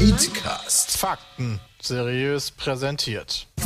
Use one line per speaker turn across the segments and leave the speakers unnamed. Eatcast. Fakten seriös präsentiert.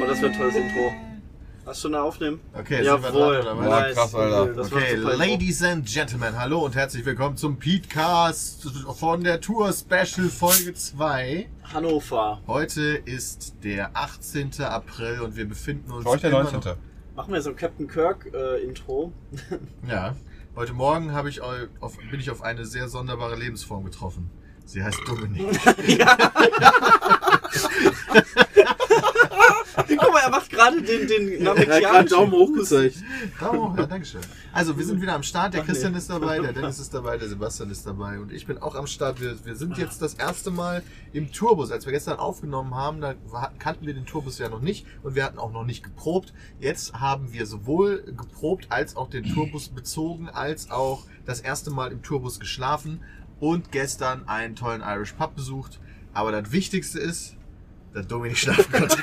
Oh, das wäre ein tolles Intro. Hast du eine aufnehmen?
Okay, jetzt sind wir
Jawohl.
dran, oder was?
nice.
krass, Alter.
Das war
Okay,
super Intro.
Ladies and Gentlemen, hallo und herzlich willkommen zum Petecast von der Tour Special Folge 2.
Hannover.
Heute ist der 18. April und wir befinden uns.
Für euch der
immer
19.
Machen wir so ein Captain Kirk äh, Intro.
Noch, ja. Heute Morgen habe ich eu- auf, bin ich auf eine sehr sonderbare Lebensform getroffen. Sie heißt Dominik.
Guck mal, er macht gerade den, den
Er hat gerade einen Daumen
Namekianischen.
hoch gezeigt.
Bravo, ja, Dankeschön. Also, wir sind wieder am Start. Der
Ach,
Christian
nee.
ist dabei, der Dennis ist dabei, der Sebastian ist dabei und ich bin auch am Start. Wir, wir sind jetzt das erste Mal im Tourbus. Als wir gestern aufgenommen haben, da wa- kannten wir den Tourbus ja noch nicht und wir hatten auch noch nicht geprobt. Jetzt haben wir sowohl geprobt als auch den Tourbus bezogen, als auch das erste Mal im Tourbus geschlafen und gestern einen tollen Irish Pub besucht. Aber das Wichtigste ist, dass Dominik schlafen konnte.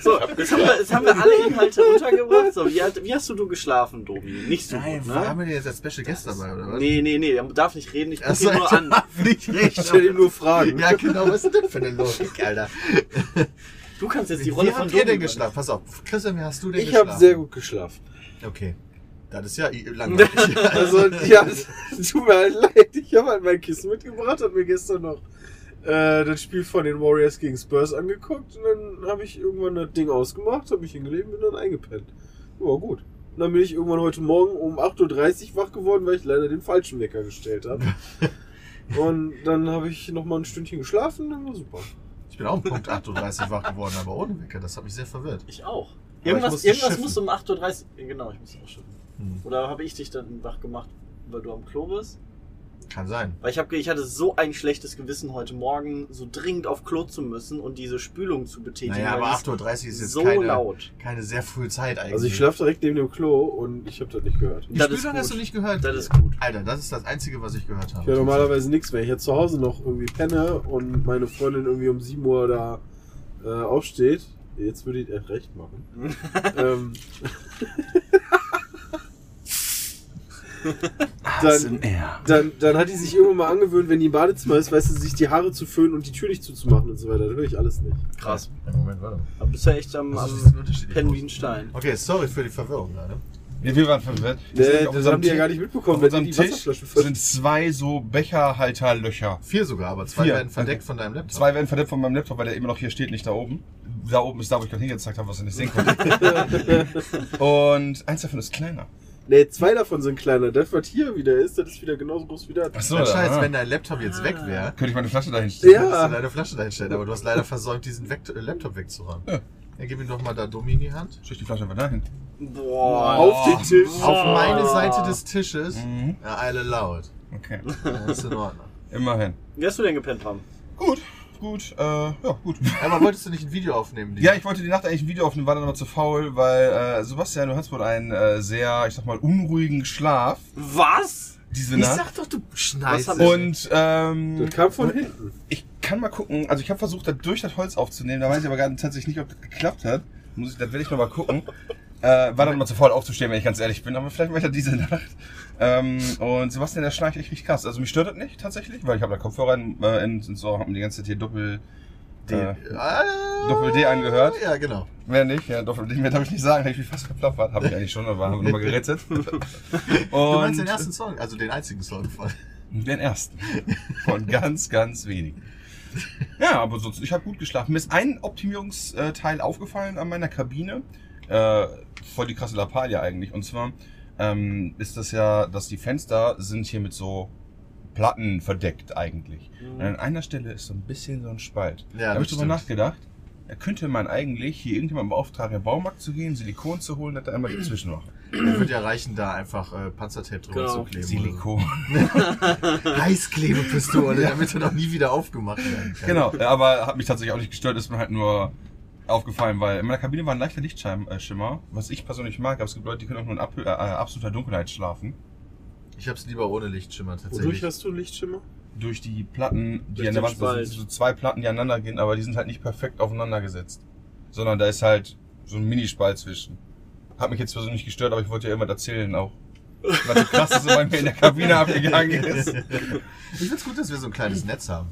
So, jetzt haben, wir, jetzt haben wir alle Inhalte runtergebracht. So, wie, hat- wie hast du, du geschlafen, Domi? Nicht so gut,
ne? Haben
ne?
wir denn jetzt als Special Guest dabei, oder was?
Nee, nee, nee, er darf nicht reden, ich guck
Also,
ihn nur an.
Nicht
Ich
recht.
stell ihm nur Fragen.
Ja, genau, was ist denn für eine Logik, Alter?
Du kannst jetzt die Rolle
Wie
von
habt ihr denn
übernehmen.
geschlafen? Pass auf, Christian, wie hast du denn
Ich
geschlafen?
habe sehr gut geschlafen.
Okay. Das ist ja i- langweilig.
Also, ja, tut mir halt leid. Ich habe halt mein Kissen mitgebracht, habe mir gestern noch äh, das Spiel von den Warriors gegen Spurs angeguckt und dann habe ich irgendwann das Ding ausgemacht, habe mich hingelegt und bin dann eingepennt. War gut. Und dann bin ich irgendwann heute Morgen um 8.30 Uhr wach geworden, weil ich leider den falschen Wecker gestellt habe. Und dann habe ich noch mal ein Stündchen geschlafen, dann war super. Also,
Ich bin auch um Punkt 38 wach geworden, aber ohne Wecker. Das hat mich sehr verwirrt.
Ich auch.
ich
Irgendwas,
musste
irgendwas
schiffen.
muss um 8.30 Uhr. Genau, ich muss auch schiffen.
Hm.
Oder habe ich dich dann wach gemacht, weil du am Klo bist?
Kann sein.
Weil ich, hab, ge- ich hatte so ein schlechtes Gewissen heute Morgen, so dringend auf Klo zu müssen und diese Spülung zu betätigen.
Naja,
weil
aber
die
8.30 Uhr ist jetzt
so
keine,
laut.
keine sehr frühe Zeit eigentlich.
Also ich schlafe direkt neben dem Klo und ich habe das nicht gehört.
Die
Das ist
Spülung
gut.
hast du nicht gehört?
Das ist gut.
Alter, das ist das Einzige, was ich gehört habe.
Ich höre normalerweise nichts, wenn ich jetzt zu Hause noch irgendwie penne und meine Freundin irgendwie um 7 Uhr da äh, aufsteht. Jetzt würde ich erst recht machen. ähm, dann, dann, dann hat die sich irgendwann mal angewöhnt, wenn die im Badezimmer ist, weißt du, sich die Haare zu föhnen und die Tür nicht zuzumachen und so weiter. Das höre ich alles nicht.
Krass.
Ja, Moment, warte mal.
Aber bist ja echt am,
Also, das ist
am
ein Unterschied.
Pennen wie ein Stein.
Okay, sorry für die Verwirrung gerade.
Ja, wir waren verwirrt.
Nee,
Auf
das
unserem
haben die ja
Tisch-
gar nicht mitbekommen,
Auf
wenn die
unserem
die
Tisch
Wasserflaschen füllen.
sind zwei so Becherhalterlöcher.
Vier sogar, aber zwei
Vier,
werden verdeckt
okay.
von deinem Laptop.
Zwei werden verdeckt von meinem Laptop, weil der immer noch hier steht, nicht da oben. Da oben ist da, wo ich gerade hingezeigt habe, was ihr nicht sehen konntet. Und eins davon ist kleiner.
Nee, zwei davon sind kleiner. Das, was hier wieder ist, das ist wieder genauso groß wie das.
Achso,
Dann scheiß, wenn dein Laptop jetzt weg wäre,
Ah. Könnte ich meine Flasche dahin stellen?
ja. hättest du
Ja,
deine Flasche dahinstellen, aber du hast leider versäumt, diesen Vekt- äh, Laptop wegzuräumen. Ja. Dann gib ihm doch mal da Domi in die Hand.
Stell ich die Flasche einfach dahin.
Boah.
auf
Oh.
den Tisch.
Auf meine Seite des Tisches.
Mhm.
Ja, alle laut.
Okay.
Das ist in Ordnung.
Immerhin.
Wie hast du denn gepennt haben?
Gut, gut, äh, ja, gut.
Aber wolltest du nicht ein Video aufnehmen? Lee?
Ja, ich wollte die Nacht eigentlich ein Video aufnehmen, war dann aber zu faul, weil äh, Sebastian, du hast wohl einen äh, sehr, ich sag mal, unruhigen Schlaf
Was?
diese
ich
Nacht.
sag doch, du Scheiße.
Was hab ich-
Und ähm,
Das kam von hinten.
ich kann mal gucken, also ich habe versucht, das durch das Holz aufzunehmen, da weiß ich aber gar tatsächlich nicht, ob das geklappt hat. Muss ich, das werde ich noch mal gucken. Äh, war dann mal zu faul aufzustehen, wenn ich ganz ehrlich bin, aber vielleicht weiter diese Nacht. Ähm, und Sebastian, der schnarcht echt richtig krass. Also mich stört das nicht tatsächlich, weil ich habe da Kopfhörer in, äh, in und so, haben die ganze Zeit hier Doppel.
Die-
Äh,
Ah,
Doppel D angehört?
Ja, genau.
Mehr nicht, ja, Doppel D, mehr darf ich nicht sagen, habe ich mich fast verplappert. Habe ich eigentlich schon, aber haben wir nochmal gerettet.
Du meinst den
Und
ersten Song, also den einzigen Song von.
den ersten. Von ganz, ganz wenig. Ja, aber sonst, ich habe gut geschlafen. Mir ist ein Optimierungsteil aufgefallen an meiner Kabine. Äh, voll die krasse Lappalie eigentlich. Und zwar ähm, ist das ja, dass die Fenster sind hier mit so Platten verdeckt eigentlich. Und
Hm.
an einer Stelle ist so ein bisschen so ein Spalt.
Ja,
da habe
das
ich drüber
stimmt.
nachgedacht. Da könnte man eigentlich hier irgendjemanden beauftragen, im Baumarkt zu gehen, Silikon zu holen, dass da einmal die Zwischenloch.
Das wird ja reichen, da einfach äh, Panzertape drüber
Genau.
zu kleben.
Silikon.
Heißklebepistole, damit er doch nie wieder aufgemacht werden kann.
Genau, äh, aber hat mich tatsächlich auch nicht gestört, ist mir halt nur aufgefallen, weil in meiner Kabine war ein leichter Lichtschimmer, was ich persönlich mag, aber es gibt Leute, die können auch nur in ab äh, absoluter Dunkelheit schlafen.
Ich hab's lieber ohne Lichtschimmer
Wodurch
tatsächlich.
hast du Lichtschimmer?
Durch die Platten, die
Durch
an
den
der Wand sind,
Spalt.
sind so zwei Platten, die aneinander gehen, aber die sind halt nicht perfekt aufeinander gesetzt. Sondern da ist halt so ein Minispalt zwischen. Hat mich jetzt persönlich gestört, aber ich wollte ja immer erzählen auch. Was so krass ist, bei mir in der Kabine abgegangen ist.
Ich find's gut, dass wir so ein kleines Netz haben.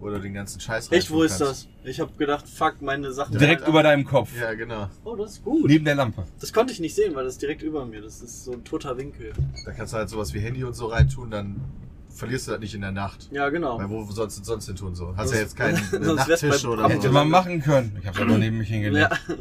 Oder den ganzen Scheiß
Echt, wo
reinpacken
ist
kannst.
das? Ich habe gedacht, fuck, meine Sachen.
Direkt über deinem Kopf.
Ja, genau.
Oh, das ist gut.
Neben der Lampe.
Das konnte ich nicht sehen, weil das ist direkt über mir. Das ist so ein toter Winkel.
Da kannst du halt sowas wie Handy und so reintun, dann verlierst du das nicht in der Nacht.
Ja, genau.
Weil wo sollst du sonst hin tun so? Hast
Sonst-
ja jetzt keinen
sonst wär's
Nachttisch
bei-
oder
Aber-
so.
Hätte man machen können. Ich hab's aber neben mich hingelegt.
Ja,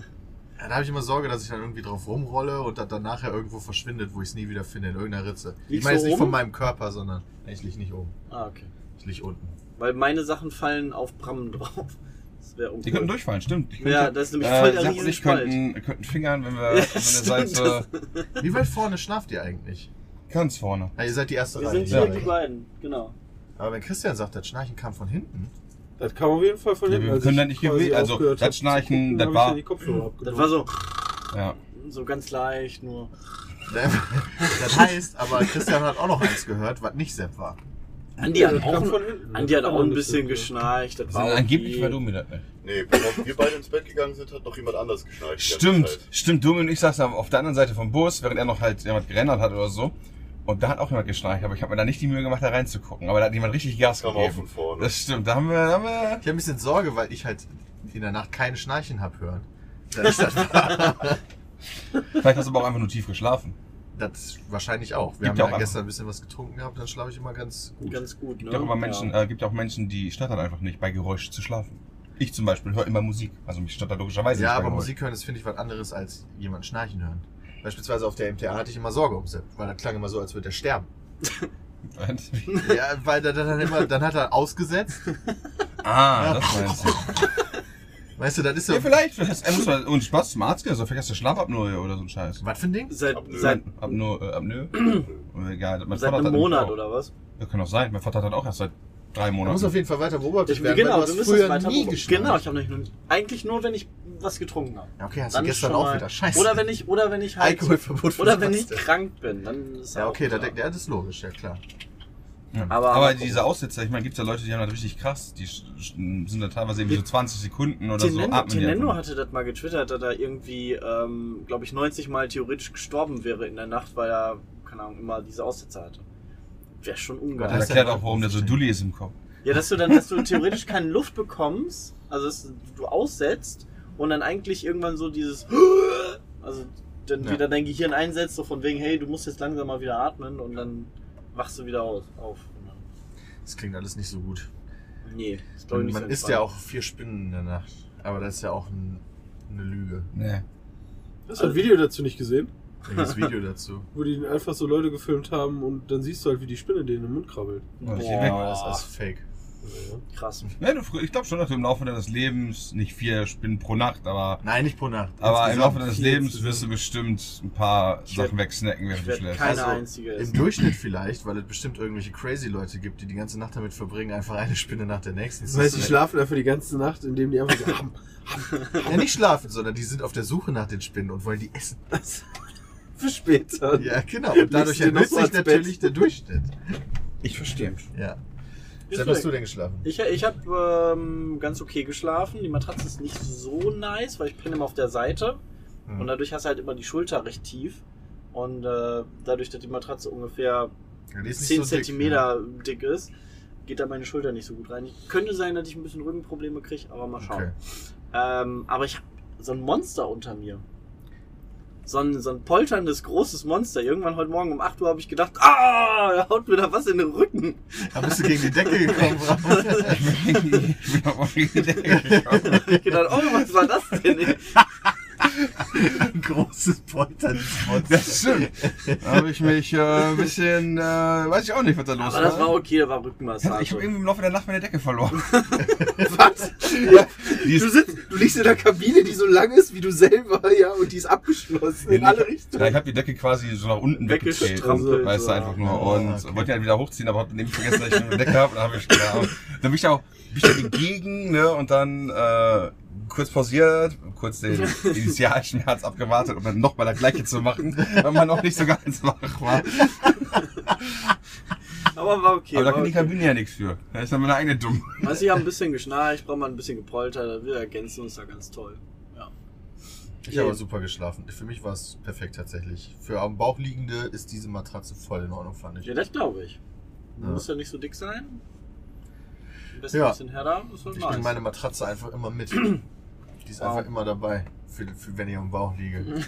Ja, da habe ich immer Sorge, dass ich dann irgendwie drauf rumrolle und das dann nachher irgendwo verschwindet, wo ich es nie wieder finde, in irgendeiner Ritze. ich
Liegst
meine
du
jetzt nicht
oben?
von meinem Körper, sondern Nein, ich lieg nicht oben.
Ah, okay.
Ich lieg unten.
Weil meine Sachen fallen auf Brammen drauf. Das wäre
Die könnten
uncool.
durchfallen, stimmt. Die
Ja,
könnten-
das ist nämlich voll der
Sam und ich
Riesenspalt.
könnten, könnten fingern, wenn wir
Ja,
wenn der
stimmt.
Salze
Wie weit vorne schlaft ihr eigentlich?
ganz vorne.
Na, ihr seid die erste
Wir
Reihe.
sind hier
ja.
die beiden, genau.
Aber wenn Christian sagt, das Schnarchen kam von hinten,
Das kam auf jeden Fall von
Ja,
hinten.
wir
als
können
ich
da nicht
quasi
gewählt- also,
aufgehört
das
hab zu
Schnarchen,
gucken,
das
hab
war-
Ich ja die Kopfhörer
Das
abgenommen.
war so,
Ja.
so ganz leicht, nur.
dann- das heißt, aber Christian hat auch noch eins gehört, was nicht Sepp war.
Andi
Ja,
hat
das kam
auch,
von hinten.
Andi hat
Das
auch
kann
ein
man nicht
bisschen
so-
geschnarcht. Das
Also,
war okay.
angeblich war du mir das nicht.
Nee, bevor wir beide ins Bett gegangen sind, hat noch jemand anders geschneit. die ganze
Stimmt,
Zeit.
stimmt. Domi und ich saßen auf der anderen Seite vom Bus, während er noch halt jemand gerendert hat oder so. Und da hat auch jemand geschnarcht, aber ich habe mir da nicht die Mühe gemacht, da reinzugucken. Aber da hat jemand richtig Gas
Kam auch von
gegeben.
vorne.
Das stimmt, da haben wir, da haben wir
Ich habe ein bisschen Sorge, weil ich halt in der Nacht kein Schnarchen hab hören. Dann ist das,
vielleicht hast du aber auch einfach nur tief geschlafen.
das wahrscheinlich auch. Wir haben
Gibt ja
ja
auch
gestern ein bisschen was getrunken gehabt, dann schlafe ich immer ganz gut.
ganz gut, ne?
Gibt ja auch immer Menschen,
Ja.
äh, gibt ja auch Menschen, die stottern einfach nicht, bei Geräusch zu schlafen. Ich zum Beispiel höre immer Musik. Also mich stottert logischerweise
Ja,
nicht bei
aber
Geräusch.
Musik hören ist, finde ich, was anderes als jemand schnarchen hören. Beispielsweise auf der MTA hatte ich immer Sorge um Sepp, weil das klang immer so, als würde er sterben. Ja, weil der, dann hat immer, dann hat er ausgesetzt.
ah, das meinst du.
Weißt du, das ist
Ja,
ja.
vielleicht. vielleicht er muss mal und Spaß zum Arzt gehen, also vielleicht hast du Schlafapnoe oder so ein Scheiß.
Was für ein Ding?
Seit,
Apnoe.
seit,
Apnoe, äh, Apnoe? Oder Egal, mein
seit
Vater hat
einem
nämlich
Monat
auch.
oder was?
Ja, kann auch sein. Mein Vater hat halt auch erst seit drei
Da muss auf
Monaten.
jeden Fall weiter beobachtet
Ich,
werden. weil
genau,
du
wir
hast
müssen es
früher
weiter
nie
gucken.
geschnarcht.
Genau, ich habe noch nie- eigentlich nur, wenn ich was getrunken habe.
Ja, okay, hast
Genau. Dann
du gestern
schon
auch
mal-
wieder. Scheiße.
Oder wenn ich, oder wenn ich halt,
Alkoholverbot für
oder wenn ich
Spaß.
krank bin, dann ist
Ja,
auch
okay, da
klar.
denkt er, das ist logisch, ja klar.
Ja.
aber-
Aber, diese Aussetzer, ich meine, gibt's ja Leute, die haben das richtig krass. Die sch- sch- sind da teilweise irgendwie so 20 Sekunden oder so.
Tenendo,
atmen die halt
Tenendo
einfach.
hatte das mal getwittert, dass er irgendwie, ähm, glaube ich, 90 Mal theoretisch gestorben wäre in der Nacht, weil er, keine Ahnung, immer diese Aussätze hatte. Wäre schon
Das
ungeil.
Warte.
erklärt auch, warum der so dulli ist im Kopf.
Ja, dass du dann, dass du theoretisch keine Luft bekommst, also dass du aussetzt und dann eigentlich irgendwann so dieses, also dann
Ja.
wieder dein Gehirn einsetzt, so von wegen, hey, du musst jetzt langsam mal wieder atmen und dann wachst du wieder aus, auf.
Das klingt alles nicht so gut.
Nee, das glaube
Man,
ich nicht.
man
so
isst
entspannt.
ja auch vier Spinnen in der Nacht. Aber das ist ja auch ein, eine Lüge.
Nee.
Hast du
Also-
ein Video dazu nicht gesehen?
Da gibt's Video dazu.
Wo die einfach so Leute gefilmt haben und dann siehst du halt, wie die Spinne denen im Mund krabbelt.
Aber das ist alles
Boah,
Ah, fake.
krass.
Nee, du, ich glaube schon, dass du im Laufe deines Lebens nicht vier Spinnen pro Nacht, aber,
Nein, nicht pro Nacht.
aber im
Insgesamt.
Laufe deines Lebens wirst du bestimmt ein paar
Ich werd-
Sachen wegsnacken, während
Ich
du
werde
schläfst.
keine
Also,
einzige
Im
essen.
Durchschnitt vielleicht, weil es bestimmt irgendwelche crazy Leute gibt, die die ganze Nacht damit verbringen, einfach eine Spinne nach der nächsten.
Das heißt, die schlafen einfach die ganze Nacht, indem die einfach so, "Ah, ham,
ja, nicht schlafen, sondern die sind auf der Suche nach den Spinnen und wollen die essen.
für später.
Ja, genau. Und dadurch
Legst du die noch
erhöht
so
sich
ans Bett?
natürlich der Durchschnitt.
Ich verstehe.
Ja.
Ist
Sepp,
weg.
hast du denn geschlafen?
Ich, ich habe ähm, ganz okay geschlafen. Die Matratze ist nicht so nice, weil ich penne immer auf der Seite.
Hm.
Und dadurch hast du halt immer die Schulter recht tief. Und äh, dadurch, dass die Matratze ungefähr
Hm. Ja, die ist nicht so
10
dick, ne?
Zentimeter dick ist, geht da meine Schulter nicht so gut rein. Könnte sein, dass ich ein bisschen Rückenprobleme kriege, aber mal
ne?
schauen.
Okay.
Ähm, aber ich habe so ein Monster unter mir. so ein, so ein polterndes, großes Monster. Irgendwann heute Morgen um 8 Uhr habe ich gedacht, ah, da haut mir da was in den Rücken.
Da bist du gegen die Decke gekommen, Ralf.
Ich bin auf die Idee gekommen.
ich gedacht, oh, was war das denn?
Ein großes polterndes Monster.
Das stimmt. Da habe ich mich äh, ein bisschen, äh, weiß ich auch nicht, was da los
Aber das war
war.
okay, da war
Ich habe
Rückenmassage.
irgendwie im Laufe der Nacht meine Decke verloren.
Was?
Die
Du, sitzt, du liegst in der Kabine, die so lang ist wie du selber, ja, und die ist abgeschlossen in alle Richtungen.
Ja, ich habe die Decke quasi so nach unten weggedreht.
Weggestrampelt,
Weißt du,
ja.
einfach nur.
Ah,
und
okay.
wollte ja wieder hochziehen, aber hab nämlich vergessen, dass ich eine Decke habe. Dann habe ich, ja, und dann bin ich da auch bin ich da entgegen, ne, und dann äh, kurz pausiert, kurz den Initialschmerz abgewartet, um dann nochmal das Gleiche zu machen, weil man noch nicht so ganz wach war.
Aber war okay.
aber da
war
kann die
okay.
Kabine ja nichts für. Da ist dann meine eigene dumm.
Also ich habe ein bisschen geschnarcht, ich brauche mal ein bisschen gepoltert, wir ergänzen uns da ganz toll. Ja.
Ich habe super geschlafen. Für mich war es perfekt tatsächlich. Für am Bauch liegende ist diese Matratze voll in Ordnung, fand ich.
Ja, das glaube ich. Du
Ja.
musst ja nicht so dick sein. Am besten
Ja.
ein bisschen härter, ist doch
Ich
nice.
bringe meine Matratze einfach immer mit. Die ist
Wow.
einfach immer dabei, für, für wenn ich am Bauch liege.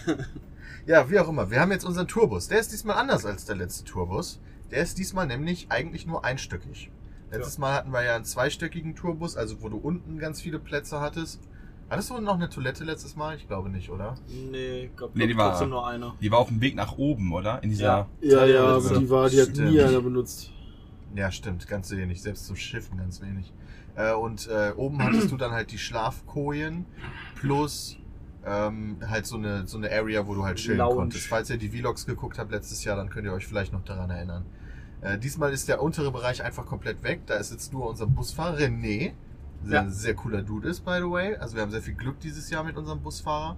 ja, wie auch immer. Wir haben jetzt unseren Tourbus. Der ist diesmal anders als der letzte Tourbus. Der ist diesmal nämlich eigentlich nur einstöckig. Letztes Mal hatten wir ja einen zweistöckigen Tourbus, also wo du unten ganz viele Plätze hattest. Hattest du noch eine Toilette letztes Mal? Ich glaube nicht, oder?
nee, gab
Nee, die war-
trotzdem nur eine.
Die war auf dem Weg nach oben, oder? In dieser.
Ja.
Ja, ja,
Ja,
aber
ja.
die war, die hat
Stimmt.
nie einer benutzt.
Ja, stimmt, ganz wenig. Selbst zum Schiffen ganz wenig. Äh, und äh, oben hattest du dann halt die Schlafkojen plus ähm, halt so eine, so eine Area, wo du halt chillen
Lounge.
konntest. Falls ihr die Vlogs geguckt habt letztes Jahr, dann könnt ihr euch vielleicht noch daran erinnern. Äh, diesmal ist der untere Bereich einfach komplett weg. Da ist jetzt nur unser Busfahrer René, der
Ja.
ein sehr cooler Dude ist, by the way. Also wir haben sehr viel Glück dieses Jahr mit unserem Busfahrer.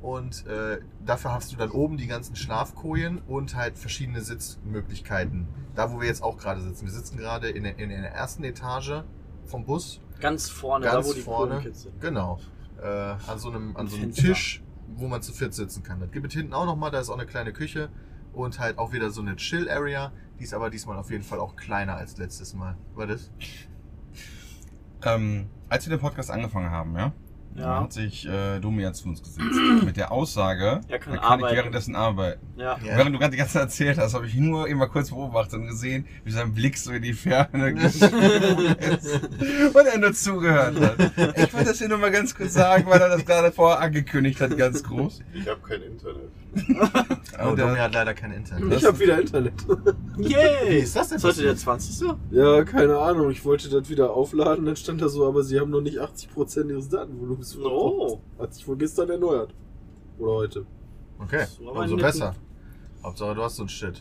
Und äh, dafür hast du dann oben die ganzen Schlafkojen und halt verschiedene Sitzmöglichkeiten. Da, wo wir jetzt auch gerade sitzen. Wir sitzen gerade in, der- in der ersten Etage vom Bus.
Ganz vorne,
Ganz
da wo die
vorne.
coolen Kids sind.
Genau. Äh, an so einem, an so einem
Fenster.
Tisch, wo man zu viert sitzen kann. Das gibt es hinten auch nochmal. Da ist auch eine kleine Küche und halt auch wieder so eine Chill-Area. Die ist aber diesmal auf jeden Fall auch kleiner als letztes Mal. War das?
Ähm, als wir den Podcast angefangen haben, ja,
Ja.
hat sich äh, Domi ja zu uns gesetzt. mit der Aussage,
Er kann
man
arbeiten.
ich währenddessen arbeiten.
Ja.
Ja.
Während du gerade die ganze Zeit erzählt hast, habe ich nur eben mal kurz beobachtet und gesehen, wie sein Blick so in die Ferne geschwungen ist und er nur zugehört hat. Ich wollte das hier nur mal ganz kurz sagen, weil er das gerade vorher angekündigt hat, ganz groß.
Ich habe kein Internet.
Oh,
Und,
Domi
äh,
hat leider kein Internet.
Das-
Ich habe wieder Internet.
Yay!
ist das denn
Ist heute der
passiert?
20.
Ja, keine Ahnung. Ich wollte das wieder aufladen, dann stand da so, aber sie haben noch nicht 80% ihres Datenvolumens verbraucht.
Oh.
Hat sich wohl gestern erneuert. Oder heute.
Okay,
So, aber
umso
netten-
besser. Hauptsache, du hast so ein Shit.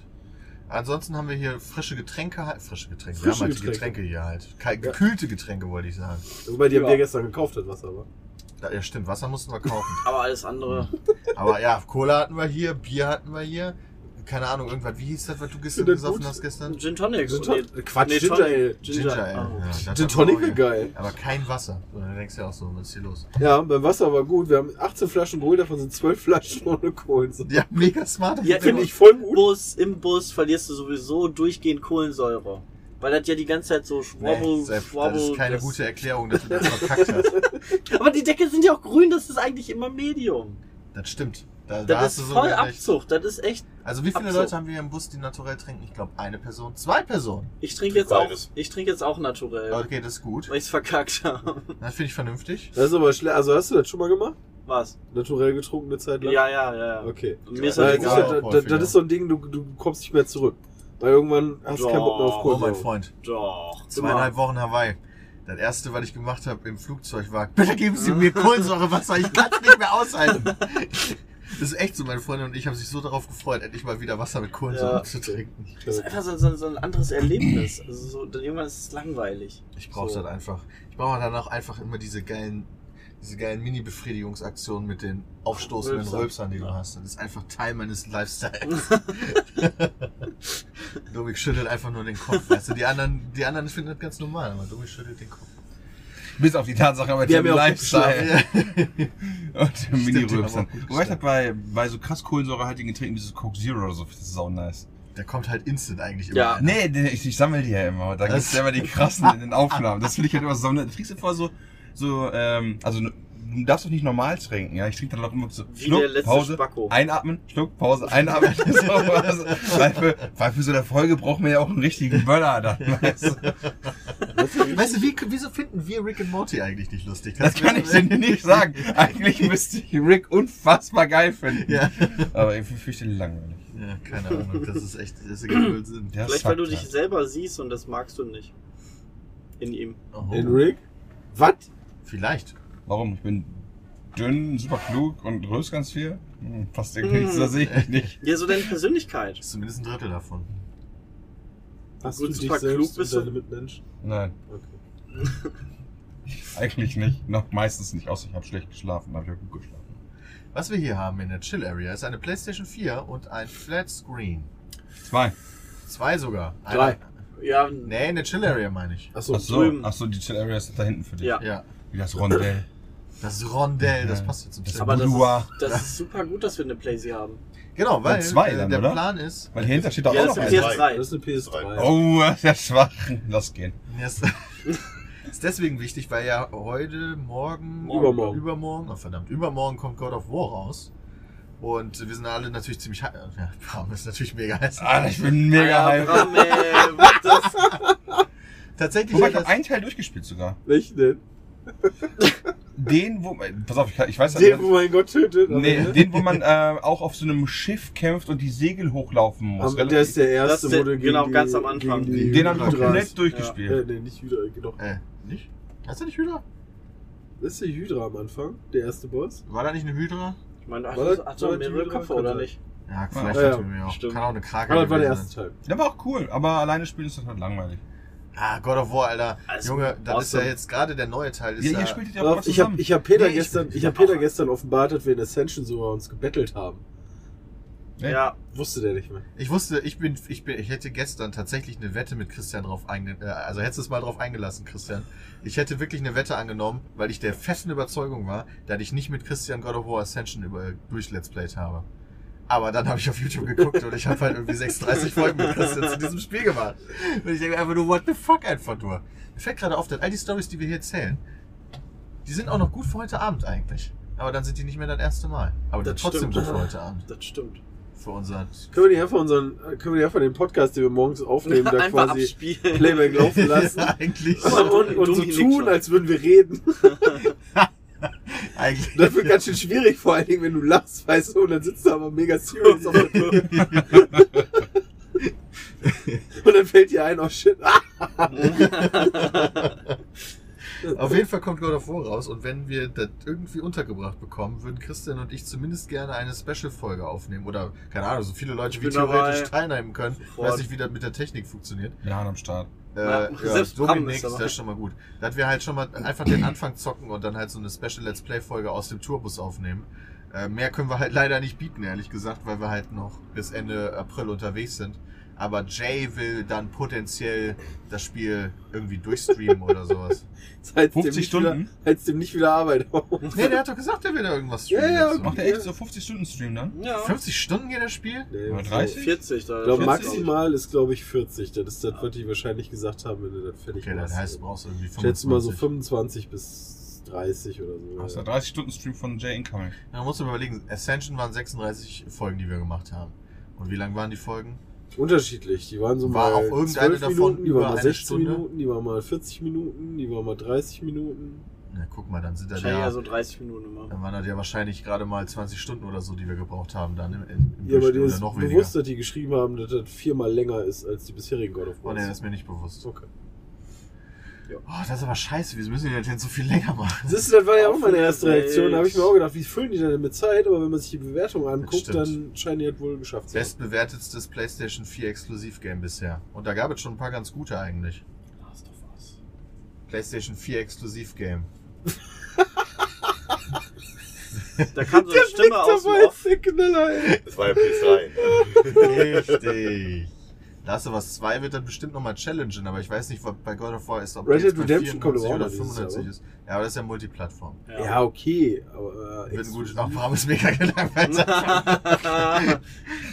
Ansonsten haben wir hier frische Getränke halt. Frische Getränke. wir
Frische
haben halt die
Getränke.
Getränke hier halt. Kei- Gekühlte Getränke, wollte ich sagen.
Wobei, die haben
Ja.
wir gestern gekauft, das Wasser, aber.
Da- Ja, stimmt. Wasser mussten wir kaufen.
Aber alles andere.
Aber ja, Cola hatten wir hier, Bier hatten wir hier. Keine Ahnung, irgendwas. Wie hieß das, was du gestern
Sind das
gesoffen
gut?
hast gestern?
Gin Tonics.
Gin
Nee,
Ton- Quatsch,
nee,
Ginger
Tonic.
Ale.
Ginger,
Ale.
Oh.
Ja, das hatten wir
Gin Tonic
auch
wäre
hier.
geil.
Aber kein Wasser. Und dann denkst du ja auch so, was ist hier los?
Ja, beim Wasser war gut. Wir haben 18 Flaschen geholt, davon sind 12 Flaschen ohne Kohlensäure.
Ja, mega smart.
Ja,
Finde
im
ich voll gut.
Bus, im Bus verlierst du sowieso durchgehend Kohlensäure. Weil das ja die ganze Zeit so schwabbel,
Nee, Sepp, das
schwabbel.
ist keine
das-
gute Erklärung, dass du das verkackt hast.
Aber die Deckel sind ja auch grün, das ist eigentlich immer Medium.
Das stimmt. Da, da
Das
hast du
ist
so
voll
recht.
Abzucht, das ist echt.
Also wie viele
Absurd.
Leute haben wir hier im Bus, die naturell trinken? Ich glaube eine Person, zwei Personen.
Ich trinke jetzt auch,
Beides.
ich trinke jetzt auch naturell,
Okay, das ist gut.
weil ich es verkackt habe.
Das finde ich vernünftig.
Das ist aber schlecht. Also hast du das schon mal gemacht?
Was?
Naturell getrunken eine Zeit lang?
Ja, ja, ja. ja.
Okay.
Und Mir ist
Weil
das
das, ist
egal.
ja,
auch
das, das
häufiger.
ist so ein Ding, du, du kommst nicht mehr zurück. Weil irgendwann hast du keinen Bock mehr auf
Oh, mein
Kohlensäure.
Freund.
Doch.
Zweieinhalb Wochen Hawaii. Das erste, was ich gemacht habe im Flugzeug, war, bitte geben Sie mir Kohlensäurewasser, ich kann es nicht mehr aushalten. Das ist echt so, meine Freundin und ich haben sich so darauf gefreut, endlich mal wieder Wasser mit Kohlensäure
Ja.
zu trinken.
Das ist einfach so, so, so ein anderes Erlebnis. Also so, dann irgendwann ist es langweilig.
Ich brauche
so.
das einfach. Ich brauche danach einfach immer diese geilen, diese geilen Mini-Befriedigungsaktionen mit den aufstoßenden
Rülpser.
Rülpsern, die du hast. Das ist einfach Teil meines Lifestyles. Dominik schüttelt einfach nur den Kopf. Weißt du, die anderen, die anderen finden das ganz normal, aber Dominik schüttelt den Kopf.
bis auf die Tatsache, aber
Wir haben
dem
ja auch
Lifestyle und dem
Stimmt, den
Mini-Rülpsern.
haben wir auch gut
Wobei ich hab bei, bei so krass kohlensäurehaltigen Getränken, dieses Coke Zero oder so, das ist auch nice.
Der kommt halt instant eigentlich immer.
Ja.
einer.
Nee, nee, ich, ich sammle die ja immer. Da
Das-
gibt's ja immer die krassen in den Aufnahmen. Das finde ich halt immer so. Du kriegst du vor so, so ähm, also nur du darfst doch nicht normal trinken. Ja, ich trinke dann locker immer so
Wie der letzte
Pause,
Spacko.
einatmen, Schluck, Pause, einatmen. so, also, weil, für, weil für so eine Folge braucht man ja auch einen richtigen Böller dann. Weißt du?
Weißt du, wie, wieso finden wir Rick and Morty eigentlich nicht lustig?
Das kann ich dir nicht sagen. Eigentlich müsste ich Rick unfassbar geil finden.
Ja.
Aber irgendwie fürchterlich langweilig.
ja, keine Ahnung. Das ist echt, das ist ein Sinn.
Der
Vielleicht, weil du
suckt
dich
halt.
selber siehst und das magst du nicht. In ihm.
In Rick? Was?
Vielleicht.
Warum? Ich bin dünn, super klug und grüß ganz viel. Hm, Passt irgendwie nicht, da sehe ich mich nicht.
Ja, so deine Persönlichkeit.
Ist zumindest ein Drittel davon.
Hast
Gut,
du dich
super
selbst
klug bist
und
du.
deine Mitmenschen?
Nein,
Okay.
eigentlich nicht. Noch meistens nicht, außer ich habe schlecht geschlafen, habe ich auch gut geschlafen.
Was wir hier haben in der Chill Area ist eine PlayStation 4 und ein Flat Screen.
Zwei.
Zwei sogar. Eine-
Drei.
Ja,
Nee, in der Chill Area meine ich.
Achso,
Ach so,
drüben.
ach so, die Chill Area ist da hinten für dich.
Ja.
Ja.
Wie das Rondell.
Das Rondell, das
Ja.
passt jetzt zum
Das
Chill.
aber das
Boudoir.
ist, das ist super gut, dass wir eine Playsee haben.
Genau, weil
zwei
äh,
dann,
der
oder?
Plan ist.
Weil hier hinter steht doch
Ja,
auch
das
noch
ist
ein.
jetzt-
PS3.
das ist eine PS3.
Oh, das ist ja schwach. Lass gehen.
Das ist deswegen wichtig, weil ja heute, morgen,
Übermorgen.
übermorgen, oh verdammt, übermorgen kommt God of War raus. Und wir sind alle natürlich ziemlich heiß. Ja, Bram ist natürlich mega heiß.
Alter, Ah, ich bin mega
Alter,
hype.
Bram, Ah, ey, what the f-
Tatsächlich
Wobei,
hat
ich habe
das,
einen Teil durchgespielt sogar.
Welchen denn?
Den, wo. Pass auf, ich, kann- ich weiß
Den, wo oh mein Gott tötet? aber,
Nee,
ne?
den, wo man äh, auch auf so einem Schiff kämpft und die Segel hochlaufen muss.
Aber der ist der
Das
erste,
ist der-
wo du gegen
genau,
die,
ganz am Anfang.
gegen die
den habe ich
Hydra
komplett
hast.
durchgespielt.
Äh, nee, nicht Hydra, genau.
Äh, nicht? Hast du nicht Hydra?
Das ist der Hydra am Anfang, der erste Boss.
War da nicht eine Hydra?
Ich meine, hat
War
das-
das-
hat
war
doch
das
mehrere
Hydra?
Köpfe, oder
Könnte.
nicht?
Ja, vielleicht
Ja,
hat sie mir auch.
stimmt.
Kann auch eine Krake
Aber das war der
gewesen sein.
erste Teil.
Der war auch cool, aber alleine spielen ist das halt langweilig.
Ah, God of War, Alter.
Also,
Junge, das ist ja
awesome.
jetzt gerade der neue Teil. Ist
Ja,
ja,
ihr spielt ja auch mal
Ich habe
zusammen.
ich hab Peter,
Nee, ich-
gestern, ich
ich
hab Peter gestern offenbart, dass wir in Ascension sogar uns gebettelt haben.
Nee.
Ja,
Wusste der nicht mehr.
ich wusste, ich bin, ich bin, ich hätte gestern tatsächlich eine Wette mit Christian drauf einge, äh, also hättest du es mal drauf eingelassen, Christian. Ich hätte wirklich eine Wette angenommen, weil ich der festen Überzeugung war, dass ich nicht mit Christian God of War Ascension über, durch Let's Played habe. Aber dann habe ich auf YouTube geguckt und ich habe halt irgendwie 36 Folgen mit Christian zu diesem Spiel gemacht. Und ich denke mir einfach nur, what the fuck einfach nur. Mir fällt gerade auf, dass all die Stories, die wir hier erzählen, die sind auch noch gut für heute Abend eigentlich. Aber dann sind die nicht mehr das erste Mal. Aber die
Das
sind trotzdem
stimmt.
gut für heute Abend.
das stimmt.
Für unseren
Können wir nicht einfach unseren, äh, können wir nicht einfach den Podcast, den wir morgens aufnehmen, da
Einfach
quasi
abspielen.
Playback laufen lassen?
Ja, eigentlich.
Und, und, und so
Dominik
tun,
schon.
als würden wir reden.
eigentlich.
Das wird ganz schön schwierig, vor allen Dingen, wenn du lachst, weißt du, und dann sitzt du aber mega serious auf der Tür. Und dann fällt dir ein, oh shit, ah,
Auf jeden Fall kommt God of War raus und wenn wir das irgendwie untergebracht bekommen, würden Christian und ich zumindest gerne eine Special-Folge aufnehmen oder, keine Ahnung, so viele Leute
Ich
wie
bin
theoretisch
dabei.
teilnehmen können.
Sofort.
Weiß nicht, wie das mit der Technik funktioniert.
Mit Hahn am Start.
Äh,
Ja,
ja,
selbst Bram
Dominik,
ist dabei.
das ist schon mal gut. Dass wir halt schon mal einfach den Anfang zocken und dann halt so eine Special Let's Play-Folge aus dem Tourbus aufnehmen. Äh, mehr können wir halt leider nicht bieten, ehrlich gesagt, weil wir halt noch bis Ende April unterwegs sind. Aber Jay will dann potenziell das Spiel irgendwie durchstreamen oder sowas.
heizt
50 Stunden?
Wieder, heizt dem nicht wieder Arbeit auf.
Nee, der hat doch gesagt, der will da irgendwas
Ja,
streamen.
ja,
dazu.
Macht er echt so 50-Stunden-Stream dann?
Ja,
50 Stunden geht das Spiel?
Nee,
Oder
so.
30?
40 oder
Ich glaube,
40.
maximal ist, glaube ich, 40. Das ist das, was die wahrscheinlich gesagt haben, wenn du das fertig
Okay,
machst.
das heißt, du brauchst irgendwie
ich schätze mal so
25.
25 bis 30 oder so.
Das ist
ja.
der 30-Stunden-Stream von Jay Incoming.
Da musst du mal überlegen, Ascension waren 36 Folgen, die wir gemacht haben. Und wie lang waren die Folgen?
Unterschiedlich. Die waren so
War
mal
auch irgendeine
12
davon
Minuten, die
über
waren mal
eine
16
Stunde?
Minuten, die waren mal 40 Minuten, die waren mal 30 Minuten.
Na, guck mal, dann sind da
Wahrscheinlich
ja,
ja so 30 Minuten immer.
dann waren das ja wahrscheinlich gerade mal 20 Stunden oder so, die wir gebraucht haben dann im, im, im
Ja, aber
Durchschnitt
dir
oder
ist
noch weniger.
bewusst, dass die geschrieben haben, dass das viermal länger ist als die bisherigen God of
Oh,
War.
nee, das ist mir nicht bewusst.
okay.
Oh, das ist aber scheiße, wieso müssen die das denn so viel länger machen?
Siehst du, das war ja auch meine
Auf
erste
die
Reaktion. Da habe ich mir
Welt.
auch gedacht, wie füllen die denn mit Zeit? Aber wenn man sich die Bewertung anguckt,
stimmt.
dann scheinen die das wohl geschafft zu haben.
Bestbewertetes PlayStation 4 Exklusivgame bisher. Und da gab es schon ein paar ganz gute eigentlich.
Last of Us.
PlayStation 4 Exklusivgame.
Da kam so eine Stimme aus dem Off.
der Knaller, ey.
Das war ja PS3. ne?
Richtig. Last of Us 2 wird dann bestimmt nochmal challengen, aber ich weiß nicht, was bei God of War ist, ob
Red
jetzt
Dead
bei
Redemption kommt
94
auch noch dieses Jahr, oder?
ist. Ja, aber das ist ja Multiplattform.
Ja, okay. Aber, äh,
Wird ein gutes. Ach, Bram ist mega gelangweilt.
ja.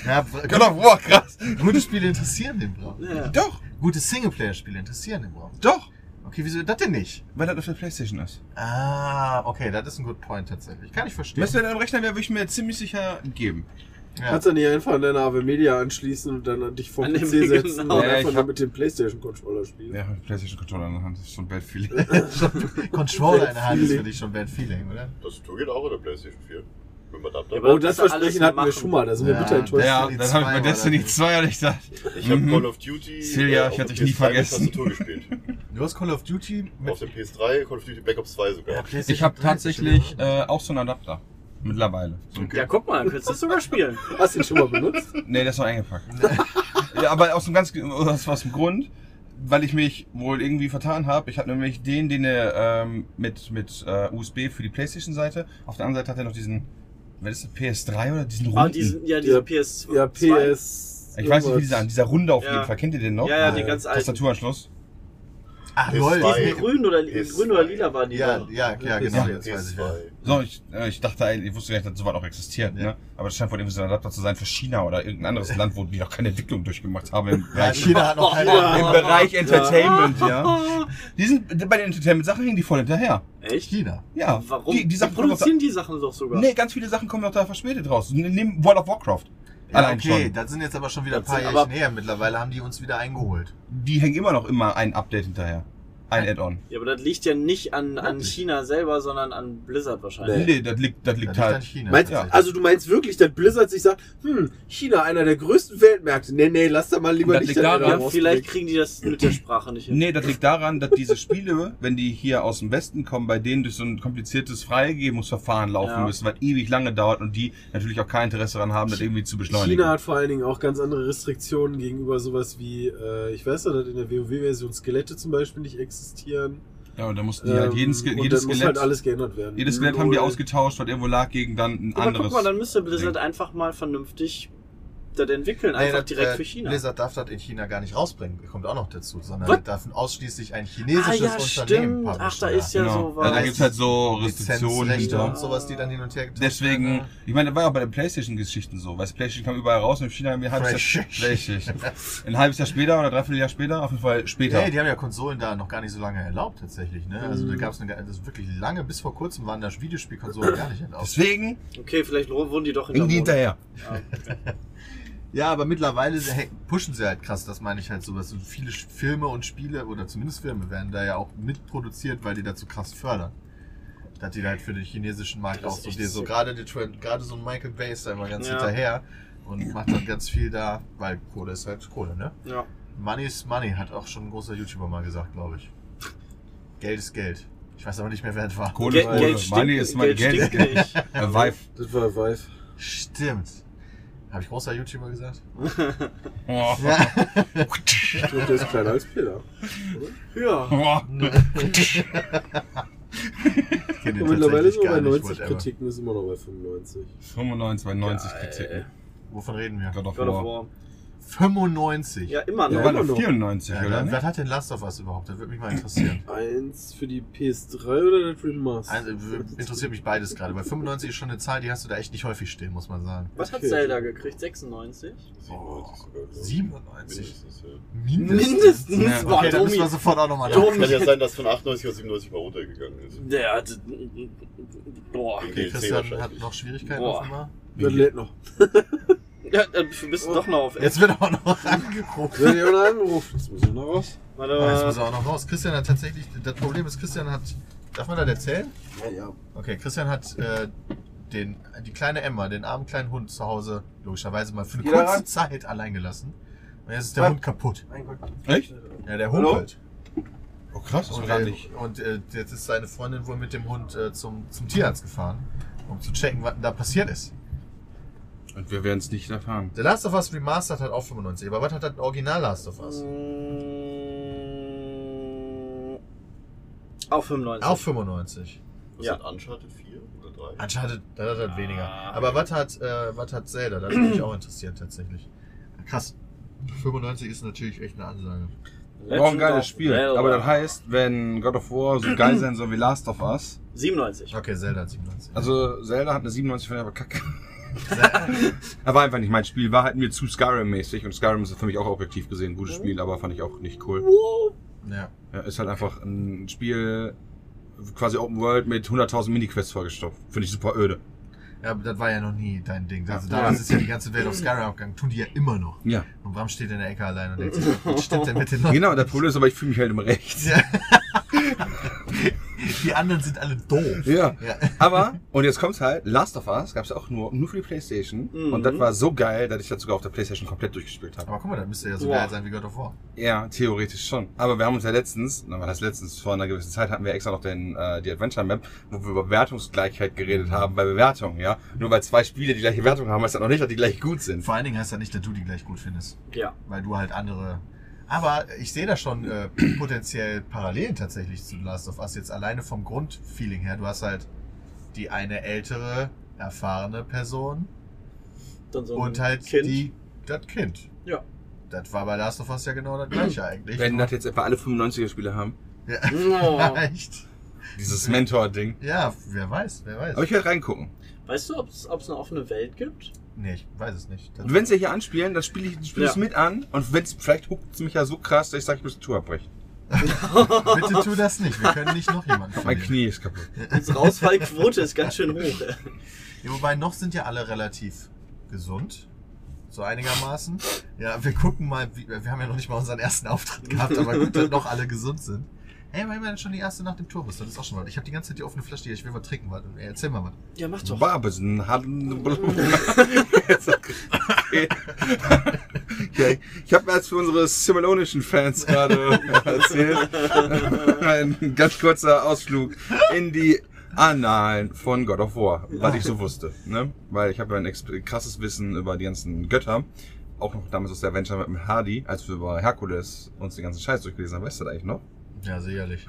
ja, Bra- God of War, krass. Gute Spiele interessieren den Bram.
Ja.
Doch. Gute Singleplayer-Spiele interessieren den Bram.
Doch!
Okay, wieso das denn nicht?
Weil das auf der Playstation ist.
Ah, okay, das ist ein good point tatsächlich. Kann ich verstehen.
Müsste in einem Rechner wäre, würde ich mir ziemlich sicher geben.
Ja.
Kannst du nicht einfach an deine AW Media anschließen und dann an dich vor
An
den
den
PC
Weg,
setzen
genau.
und
Ja,
einfach nur
ich hab-
mit dem Playstation-Controller spielen?
Ja, Playstation-Controller in der Hand, das ist schon bad feeling.
Controller in der Hand ist
Feeling.
für dich schon Bad Feeling, oder?
Das Tour geht auch oder PlayStation 4. Wenn man da
Ja,
Oh,
ja,
das
Das ist alles
Versprechen hatten wir
machen.
schon mal, da sind wir
Ja,
bitter enttäuscht.
ja,
Destiny
das habe ich
2
bei
war
Destiny
das.
2 hatte ich das.
Ich habe
Mhm.
Call of Duty. äh,
Celia,
auf
ich werd
dem
dich nie
PS3 mit
vergessen.
Tastatur gespielt.
Du hast Call of Duty
Auf dem PS3, Call of Duty Black Ops 2 sogar.
PlayStation
Ich habe
3 gespielt,
tatsächlich
oder?
äh, auch so einen Adapter. Mittlerweile. So.
Ja, guck mal, dann könntest du das sogar spielen.
Hast du ihn schon mal benutzt?
Nee, der ist noch eingepackt. ja, aber aus einem ganz aus, aus dem Grund, weil ich mich wohl irgendwie vertan habe. Ich hatte nämlich den, den er ähm, mit, mit äh, USB für die Playstation-Seite. Auf der anderen Seite hat er noch diesen, was ist das, PS3 oder diesen
Ah,
runden.
diesen, ja, diese
Ja,
PS.
Ja, PS.
ich weiß nicht, wie dieser, an
irgendwas.
dieser Runde auf
Ja.
jeden Fall. Kennt ihr den noch? Äh,
Ja, ja, den ganz alten.
Tastaturanschluss.
Ach,
PS2.
lol.
Diesen
Grün oder,
PS2.
grün oder lila war die.
Ja,
doch.
ja, ja, genau. Jetzt weiß ich ja.
PS2.
So, ich, äh, ich dachte, eigentlich- ich wusste gar nicht, dass sowas auch existiert.
Ja.
Ne? Aber das scheint wohl irgendwie so ein Adapter zu sein für China oder irgendein anderes Land, wo die noch keine Entwicklung durchgemacht haben. Im
Ja,
Bereich,
China hat noch keine
im
Ahnung.
Bereich Entertainment, ja. Die sind, bei den Entertainment-Sachen hängen die voll hinterher.
Echt?
China.
Ja.
Warum?
Die, die Sachen kommen
produzieren die Sachen doch
doch da,
sogar.
Nee, ganz viele Sachen kommen doch da verspätet raus. Nehmen World of Warcraft.
Ja,
Allein
okay,
schon.
das sind jetzt aber schon wieder ein
Das
paar
sind
Jahre
aber-
näher. Mittlerweile haben die uns wieder eingeholt.
Die hängen immer noch immer ein Update hinterher. Ein Add-on.
Ja, aber das liegt ja nicht an, an China selber, sondern an Blizzard wahrscheinlich.
Nee, das liegt, das liegt
Das
halt.
an China.
Meinst,
Ja.
tatsächlich.
Also du meinst wirklich, dass Blizzard sich sagt, hm, China, einer der größten Weltmärkte. Nee, nee, lass da mal lieber
Das
nicht
liegt daran,
einer
Ja,
rausbringt.
vielleicht kriegen die das mit der Sprache nicht hin.
Nee, das liegt daran, dass diese Spiele, wenn die hier aus dem Westen kommen, bei denen durch so ein kompliziertes Freigebungsverfahren laufen
Ja.
müssen, was ewig lange dauert und die natürlich auch kein Interesse daran haben, das irgendwie zu beschleunigen.
China hat vor allen Dingen auch ganz andere Restriktionen gegenüber sowas wie, äh, ich weiß ja, dass in der WoW-Version Skelette zum Beispiel nicht existieren. Ähm,
ja, und da mussten die halt jeden, Ske
und
jedes
dann muss
Skelett,
halt alles geändert werden.
jedes Skelett haben die
Null.
ausgetauscht, was irgendwo lag, gegen dann ein
Aber
anderes.
guck mal, dann müsste Blizzard einfach mal vernünftig das entwickeln,
Nee,
einfach
das,
direkt
äh,
für China.
Blizzard darf das in China gar nicht rausbringen. Kommt auch noch dazu. Sondern
Was?
das darf ausschließlich ein
ah
chinesisches
ja,
Unternehmen
stimmt. Ach, da
publishen,
ist ja
genau.
so
ja, da
was.
gibt's halt so Restriktionen.
Lizenzrechte
hinter.
und sowas, die dann hin und her getauscht
Deswegen,
werden.
ich meine, das war ja auch bei den Playstation-Geschichten so. Weißt du, Playstation kam überall raus und in China haben wir ein halbes Jahr,
Playstation.
Playstation. ein halbes Jahr später oder dreiviertel Jahr später, auf jeden Fall später.
Nee, die haben ja Konsolen da noch gar nicht so lange erlaubt tatsächlich. Ne? Also da gab es eine, das ist wirklich lange, bis vor kurzem waren da Videospielkonsolen gar nicht erlaubt.
Deswegen,
Okay, vielleicht wurden die doch
hängen die
hinterher.
hinterher.
Ja, aber mittlerweile he- pushen sie halt krass, das meine ich halt sowas. Und viele Sch- Filme und Spiele oder zumindest Filme werden da ja auch mitproduziert, weil die dazu krass fördern. Dass die halt für den chinesischen Markt
Das
auch
ist
so,
echt
die, so
sick.
gerade die Trend, gerade so ein Michael Bay ist da immer ganz
Ja.
hinterher und macht dann ganz viel da, weil Kohle ist halt Kohle, ne?
Ja.
Money is Money, hat auch schon ein großer YouTuber mal gesagt, glaube ich. Geld ist Geld. Ich weiß aber nicht mehr, wer das war.
Kohle,
Geld,
Kohle.
Geld stinkt,
Money is money.
Geld
Geld,
stinkt nicht.
Äh, Vive.
Das war Vive.
Stimmt. Habe ich großer YouTuber gesagt?
Oh.
Ich glaube, der ist kleiner als Peter.
Ja.
Oh.
Ich kenn den
Und mittlerweile
tatsächlich
sind wir
gar
bei
nicht,
90
whatever.
Kritiken, ist immer noch bei 95.
95 bei 90 Kritiken.
Wovon reden wir?
God of
God of
War.
War.
95.
Ja, immer ne? noch.
Ja,
Ja,
war
immer
doch
noch.
94,
Ja,
oder?
dann, was
nicht?
hat denn Last of Us überhaupt? Das würde mich mal interessieren.
Eins für die PS3 oder das Remaster?
Also, w- interessiert mich beides gerade, weil 95 ist schon eine Zahl, die hast du da echt nicht häufig stehen, muss man sagen.
Was hat
Okay.
Zelda gekriegt? 96?
97 sogar. glaub ich.
97?
Mindestens, ja.
Mindestens?
Ja.
Boah,
Okay, da müssen wir
Domi.
sofort auch
Ah,
nochmal
Domi.
drauf.
Kann ja sein, dass von 98 auf 97 mal runtergegangen ist.
Der hat. Boah.
Wegen
Okay,
DLC
Christian hat
wahrscheinlich.
noch Schwierigkeiten
Boah.
offenbar.
das lädt noch.
Ja, äh, du bist doch noch auf.
Jetzt wird auch noch angerufen.
Wenn ihr noch angerufen, jetzt müssen wir noch raus.
Warte
Ah, Jetzt muss
mal.
er auch noch raus. Christian hat tatsächlich, das Problem ist, Christian hat, darf man das erzählen?
Ja, ja.
Okay, Christian hat äh, den, die kleine Emma, den armen kleinen Hund zu Hause, logischerweise mal für eine
Geht er
kurze
ran?
Zeit allein gelassen. Und jetzt ist der
Was?
Hund kaputt.
Echt?
Ja, der
Hallo?
humpelt.
Oh krass, das war
Und,
gar
äh,
nicht.
und äh, jetzt ist seine Freundin wohl mit dem Hund äh, zum, zum Tierarzt gefahren, um zu checken, was denn da passiert ist.
Und wir werden es nicht erfahren.
The Last of Us Remastered hat auch 95, aber was hat das Original Last of Us?
Mm, Auf 95.
Auch 95.
Was
Ja.
hat Uncharted 4 oder 3?
Anscheinend das hat das weniger. Aber was hat, äh, was hat Zelda? Das würde mich auch interessieren tatsächlich. Krass. 95 ist natürlich echt eine Ansage.
War auch ein
Legend
geiles
of
Spiel.
Zelda.
Aber
halt-
das heißt, wenn God of War so geil sein soll wie Last of Us,
97.
Okay, Zelda hat 97.
also Zelda hat eine 97 von der aber kacke. Er war einfach nicht mein Mhm. Spiel, war halt mir zu Skyrim-mäßig und Skyrim ist für mich auch objektiv gesehen ein gutes Spiel, aber fand ich auch nicht cool.
Ja.
Ja, ist halt einfach ein Spiel, quasi Open World mit 100.000 Mini-Quests vollgestopft. Finde ich super öde.
Ja, aber das war ja noch nie dein Ding. Also
Ja.
damals ist ja die ganze Welt auf Skyrim abgegangen. Tun die ja immer noch.
Ja.
Und Bram steht in der Ecke allein und denkt sich, was stimmt denn mit den Leuten?
Genau, das Problem ist aber, ich fühle mich halt im Recht.
Die anderen sind alle doof.
Ja.
Ja.
Aber, und jetzt kommt's halt, Last of Us gab's ja auch nur, nur für die Playstation. Und das war so geil, dass ich das sogar auf der Playstation komplett durchgespielt habe.
Aber guck mal, da müsste ja so
Boah.
geil sein wie God of War.
Ja, theoretisch schon. Aber wir haben uns ja letztens, na, war das letztens, vor einer gewissen Zeit hatten wir extra noch den, äh, die Adventure Map, wo wir über Wertungsgleichheit geredet haben, bei Bewertungen, ja. Nur weil zwei Spiele die gleiche Wertung haben, heißt das noch nicht, dass die gleich gut sind.
Vor allen Dingen heißt das nicht, dass du die gleich gut findest.
Ja.
Weil du halt andere. Aber ich sehe da schon äh, potenziell Parallelen tatsächlich zu Last of Us. Jetzt alleine vom Grundfeeling her. Du hast halt die eine ältere, erfahrene Person
Dann so ein
und halt
Kind.
die das Kind.
Ja.
Das war bei Last of Us ja genau das gleiche eigentlich.
Wenn das jetzt etwa alle 95er-Spiele haben,
Oh.
Vielleicht.
dieses Mentor-Ding.
Ja, wer weiß, wer weiß.
Aber ich werde reingucken.
Weißt du, ob es eine offene Welt gibt?
Nee, ich weiß es nicht. Das-
Und wenn sie hier anspielen, dann spiele ich spiel ich's
Ja.
mit an. Und wenn's, vielleicht huckt es mich ja so krass, dass ich sage, ich muss die Tour abbrechen.
Bitte tu das nicht. Wir können nicht noch jemanden
Mein
verlieren.
Knie ist kaputt.
Unsere Ausfallquote ist ganz schön hoch.
Ja, wobei noch sind ja alle relativ gesund. So einigermaßen. Ja, wir gucken mal, wie, wir haben ja noch nicht mal unseren ersten Auftritt gehabt, aber gut, dass noch alle gesund sind. Ey, wir haben ja schon die erste nach dem Tourbus, das ist auch schon mal. Ich habe die ganze Zeit die offene Flasche hier, ich will mal trinken, warte, ey, erzähl mal was.
Ja, mach doch.
Babesen haben. okay. Ich habe erst für unsere simulonischen Fans gerade erzählt. Ein ganz kurzer Ausflug in die Annalen von God of War, was ich so wusste. Ne? Weil ich habe ja ein ex- krasses Wissen über die ganzen Götter. Auch noch damals aus der Adventure mit dem Hardy, als wir über Herkules uns den ganzen Scheiß durchgelesen haben. Weißt du das eigentlich noch?
Ja, sicherlich.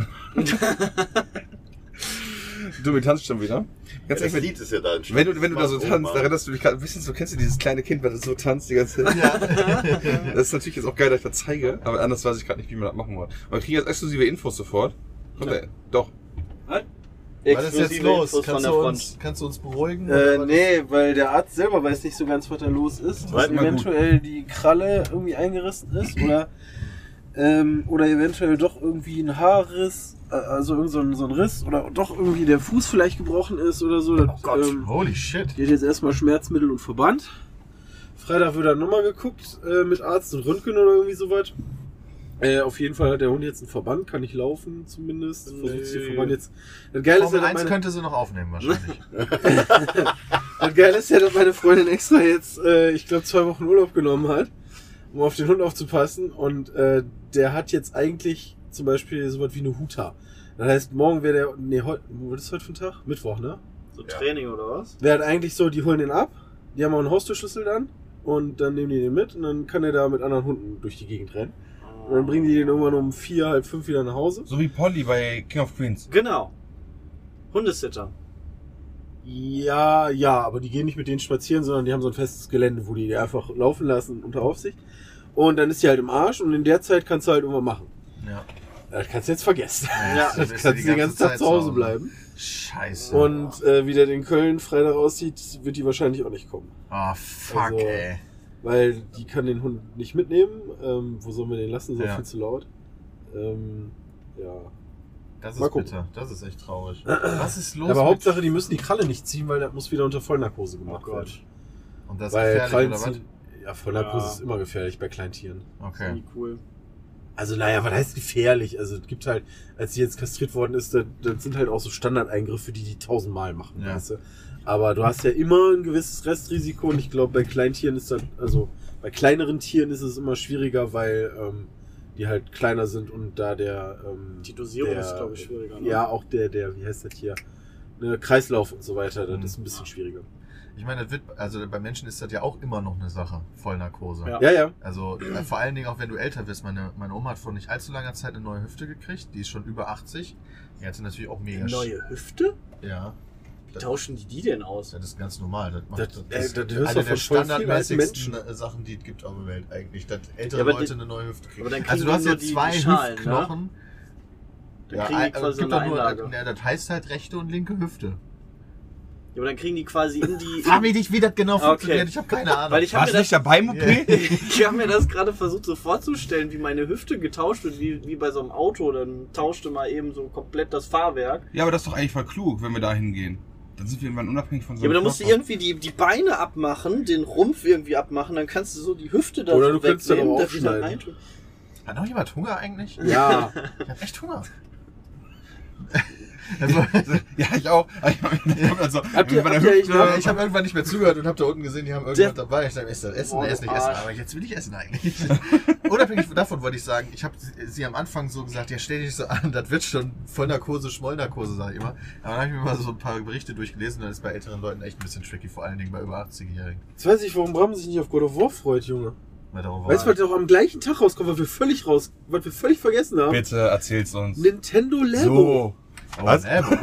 Du, wir tanzt schon wieder.
Ja, das
ehrlich,
Lied ist ja da entstanden.
Wenn du, wenn du da so
Oh,
tanzt,
Mann.
da erinnerst du dich gerade ein bisschen so, kennst du dieses kleine Kind, weil das so tanzt die ganze Zeit?
Ja.
Das ist natürlich jetzt auch geil, dass ich das zeige, aber anders weiß ich gerade nicht, wie man das machen wollte. Aber ich kriege jetzt exklusive Infos sofort. Kommt ja. doch.
was ist jetzt los? Kannst du, uns, kannst du uns beruhigen?
Äh,
Oder was?
nee, weil der Arzt selber weiß nicht so ganz, was da los ist. Dass
Reiten wir gut.
eventuell die Kralle irgendwie eingerissen ist oder, ähm, oder eventuell doch irgendwie ein Haarriss, äh, also irgend so ein, so ein Riss oder doch irgendwie der Fuß vielleicht gebrochen ist oder so. Das,
Oh Gott,
ähm,
holy shit.
die hat jetzt erstmal Schmerzmittel und Verband. Freitag wird dann nochmal geguckt äh, mit Arzt und Röntgen oder irgendwie soweit. Äh, auf jeden Fall hat der Hund jetzt einen Verband, kann ich laufen zumindest. Versucht sich den Verband jetzt. Das Geile ist ja,
Formel
dass
1
meine,
könnte sie noch aufnehmen wahrscheinlich.
Das Geile ist ja, dass meine Freundin extra jetzt, äh, ich glaube, zwei Wochen Urlaub genommen hat, um auf den Hund aufzupassen. Und äh, der hat jetzt eigentlich zum Beispiel sowas wie eine Huta. Das heißt, morgen wäre der. Nee, heute. Was ist heute für ein Tag? Mittwoch, ne?
So Training oder was?
Wäre halt eigentlich so, die holen den ab, die haben auch einen Haustürschlüssel dann und dann nehmen die den mit und dann kann er da mit anderen Hunden durch die Gegend rennen. Und dann bringen die den irgendwann um vier, halb fünf wieder nach Hause.
So wie Polly bei King of Queens.
Genau. Hundesitter.
Ja, ja, aber die gehen nicht mit denen spazieren, sondern die haben so ein festes Gelände, wo die die einfach laufen lassen unter Aufsicht. Und dann ist die halt im Arsch und in der Zeit kannst du halt immer machen.
Ja.
Das kannst du jetzt vergessen.
Ja,
Das kannst du den ganzen Tag zu Hause bleiben.
Scheiße.
Und äh, wie der in Köln Freitag aussieht, wird die wahrscheinlich auch nicht kommen.
Ah, fuck,
Also-
ey.
Weil die kann den Hund nicht mitnehmen. Ähm, wo sollen wir den lassen? So
Ja.
viel zu laut. Ähm, ja.
Das
Mal
ist
gucken.
bitter. Das ist echt traurig. Was ist los?
Aber
mit-
Hauptsache, die müssen die Kralle nicht ziehen, weil das muss wieder unter Vollnarkose gemacht
Oh Gott.
werden.
Und das ist
Weil
gefährlich,
Krallen
oder was?
ziehen, ja, Vollnarkose
Ja.
ist immer gefährlich bei Kleintieren.
Okay.
Die cool.
Also naja, was heißt gefährlich? Also es gibt halt, als sie jetzt kastriert worden ist, das, das sind halt auch so Standardeingriffe, die die tausendmal machen,
Ja.
weißt du? Aber du hast ja immer ein gewisses Restrisiko und ich glaube, bei Kleintieren ist das, also bei kleineren Tieren ist es immer schwieriger, weil ähm, die halt kleiner sind und da der... Ähm,
Die Dosierung
der,
ist, glaube ich, schwieriger. ne?
Ja, auch der, der, wie heißt das hier? Ne, Kreislauf und so weiter, das
Mhm.
ist ein bisschen schwieriger.
Ich meine, das wird, also bei Menschen ist das ja auch immer noch eine Sache, Vollnarkose.
Ja.
Ja, ja.
Also äh, vor allen Dingen auch, wenn du älter wirst. Meine, meine Oma hat vor nicht allzu langer Zeit eine neue Hüfte gekriegt. Die ist schon über 80. Die hatte natürlich auch mega...
Neue Hüfte?
Sch- Ja,
Wie tauschen die die denn aus?
das ist ganz normal. Das, macht,
Das-
das,
äh,
ist
das hörst du
eine
von
der
voll vielen alten
standardmäßigsten
Menschen.
äh, Sachen, die es gibt auf der Welt eigentlich. Dass ältere
Ja, aber
Leute
die-
eine neue Hüfte
Aber dann
kriegen.
kriegen
Also du
die
hast
nur
ja
die- die
zwei
Schalen, ne?
Hüftknochen.
Dann kriegen die
ein- gibt
quasi so
äh, doch
eine
nur, ne?
Einlage.
ja, das heißt halt rechte und linke Hüfte.
Ja, aber dann kriegen die quasi in die.
Frag mich nicht, wie das genau
Okay.
funktioniert. Ich habe keine Ahnung.
Weil ich habe
Warst
mir
du
das
nicht dabei, Mopé?
ich habe mir das gerade versucht so vorzustellen, wie meine Hüfte getauscht wird, wie, wie bei so einem Auto. Dann tauschte mal eben so komplett das Fahrwerk.
Ja, aber das ist doch eigentlich voll klug, wenn wir da hingehen. Dann sind wir irgendwann unabhängig von so
Ja, aber dann
einem
musst du
Körper.
irgendwie die, die Beine abmachen, den Rumpf irgendwie abmachen, dann kannst du so die Hüfte da
Oder
so
du kannst dann aber
da wieder
aufschneiden.
reintun.
Hat noch jemand Hunger eigentlich?
Ja.
Ich habe echt Hunger. Also,
Ja, ich auch. Aber Ich hab also,
Habt ihr-
bei der
habt ihr
Hüfte-
echt noch-
ich habe irgendwann nicht mehr zugehört und habe da unten gesehen, die haben irgendwas
Der-
dabei. Ich dachte, ist das Essen,
Oh,
ess nicht
Arsch.
Essen. Aber jetzt will ich essen eigentlich. Unabhängig davon wollte ich sagen, ich habe sie am Anfang so gesagt, ja stell dich nicht so an, das wird schon Vollnarkose, Schmollnarkose, sage ich immer. Aber dann habe ich mir mal so ein paar Berichte durchgelesen und das ist bei älteren Leuten echt ein bisschen tricky, vor allen Dingen bei über 80-Jährigen.
Jetzt weiß ich, warum Bram sich nicht auf God of War freut, Junge.
Weil darum
Oh. Weißt du,
war-
was auch am gleichen Tag rauskommt, was wir völlig raus, was wir völlig vergessen haben?
Bitte erzähl's uns.
Nintendo Labo.
So.
Oh,
Was?
Labo.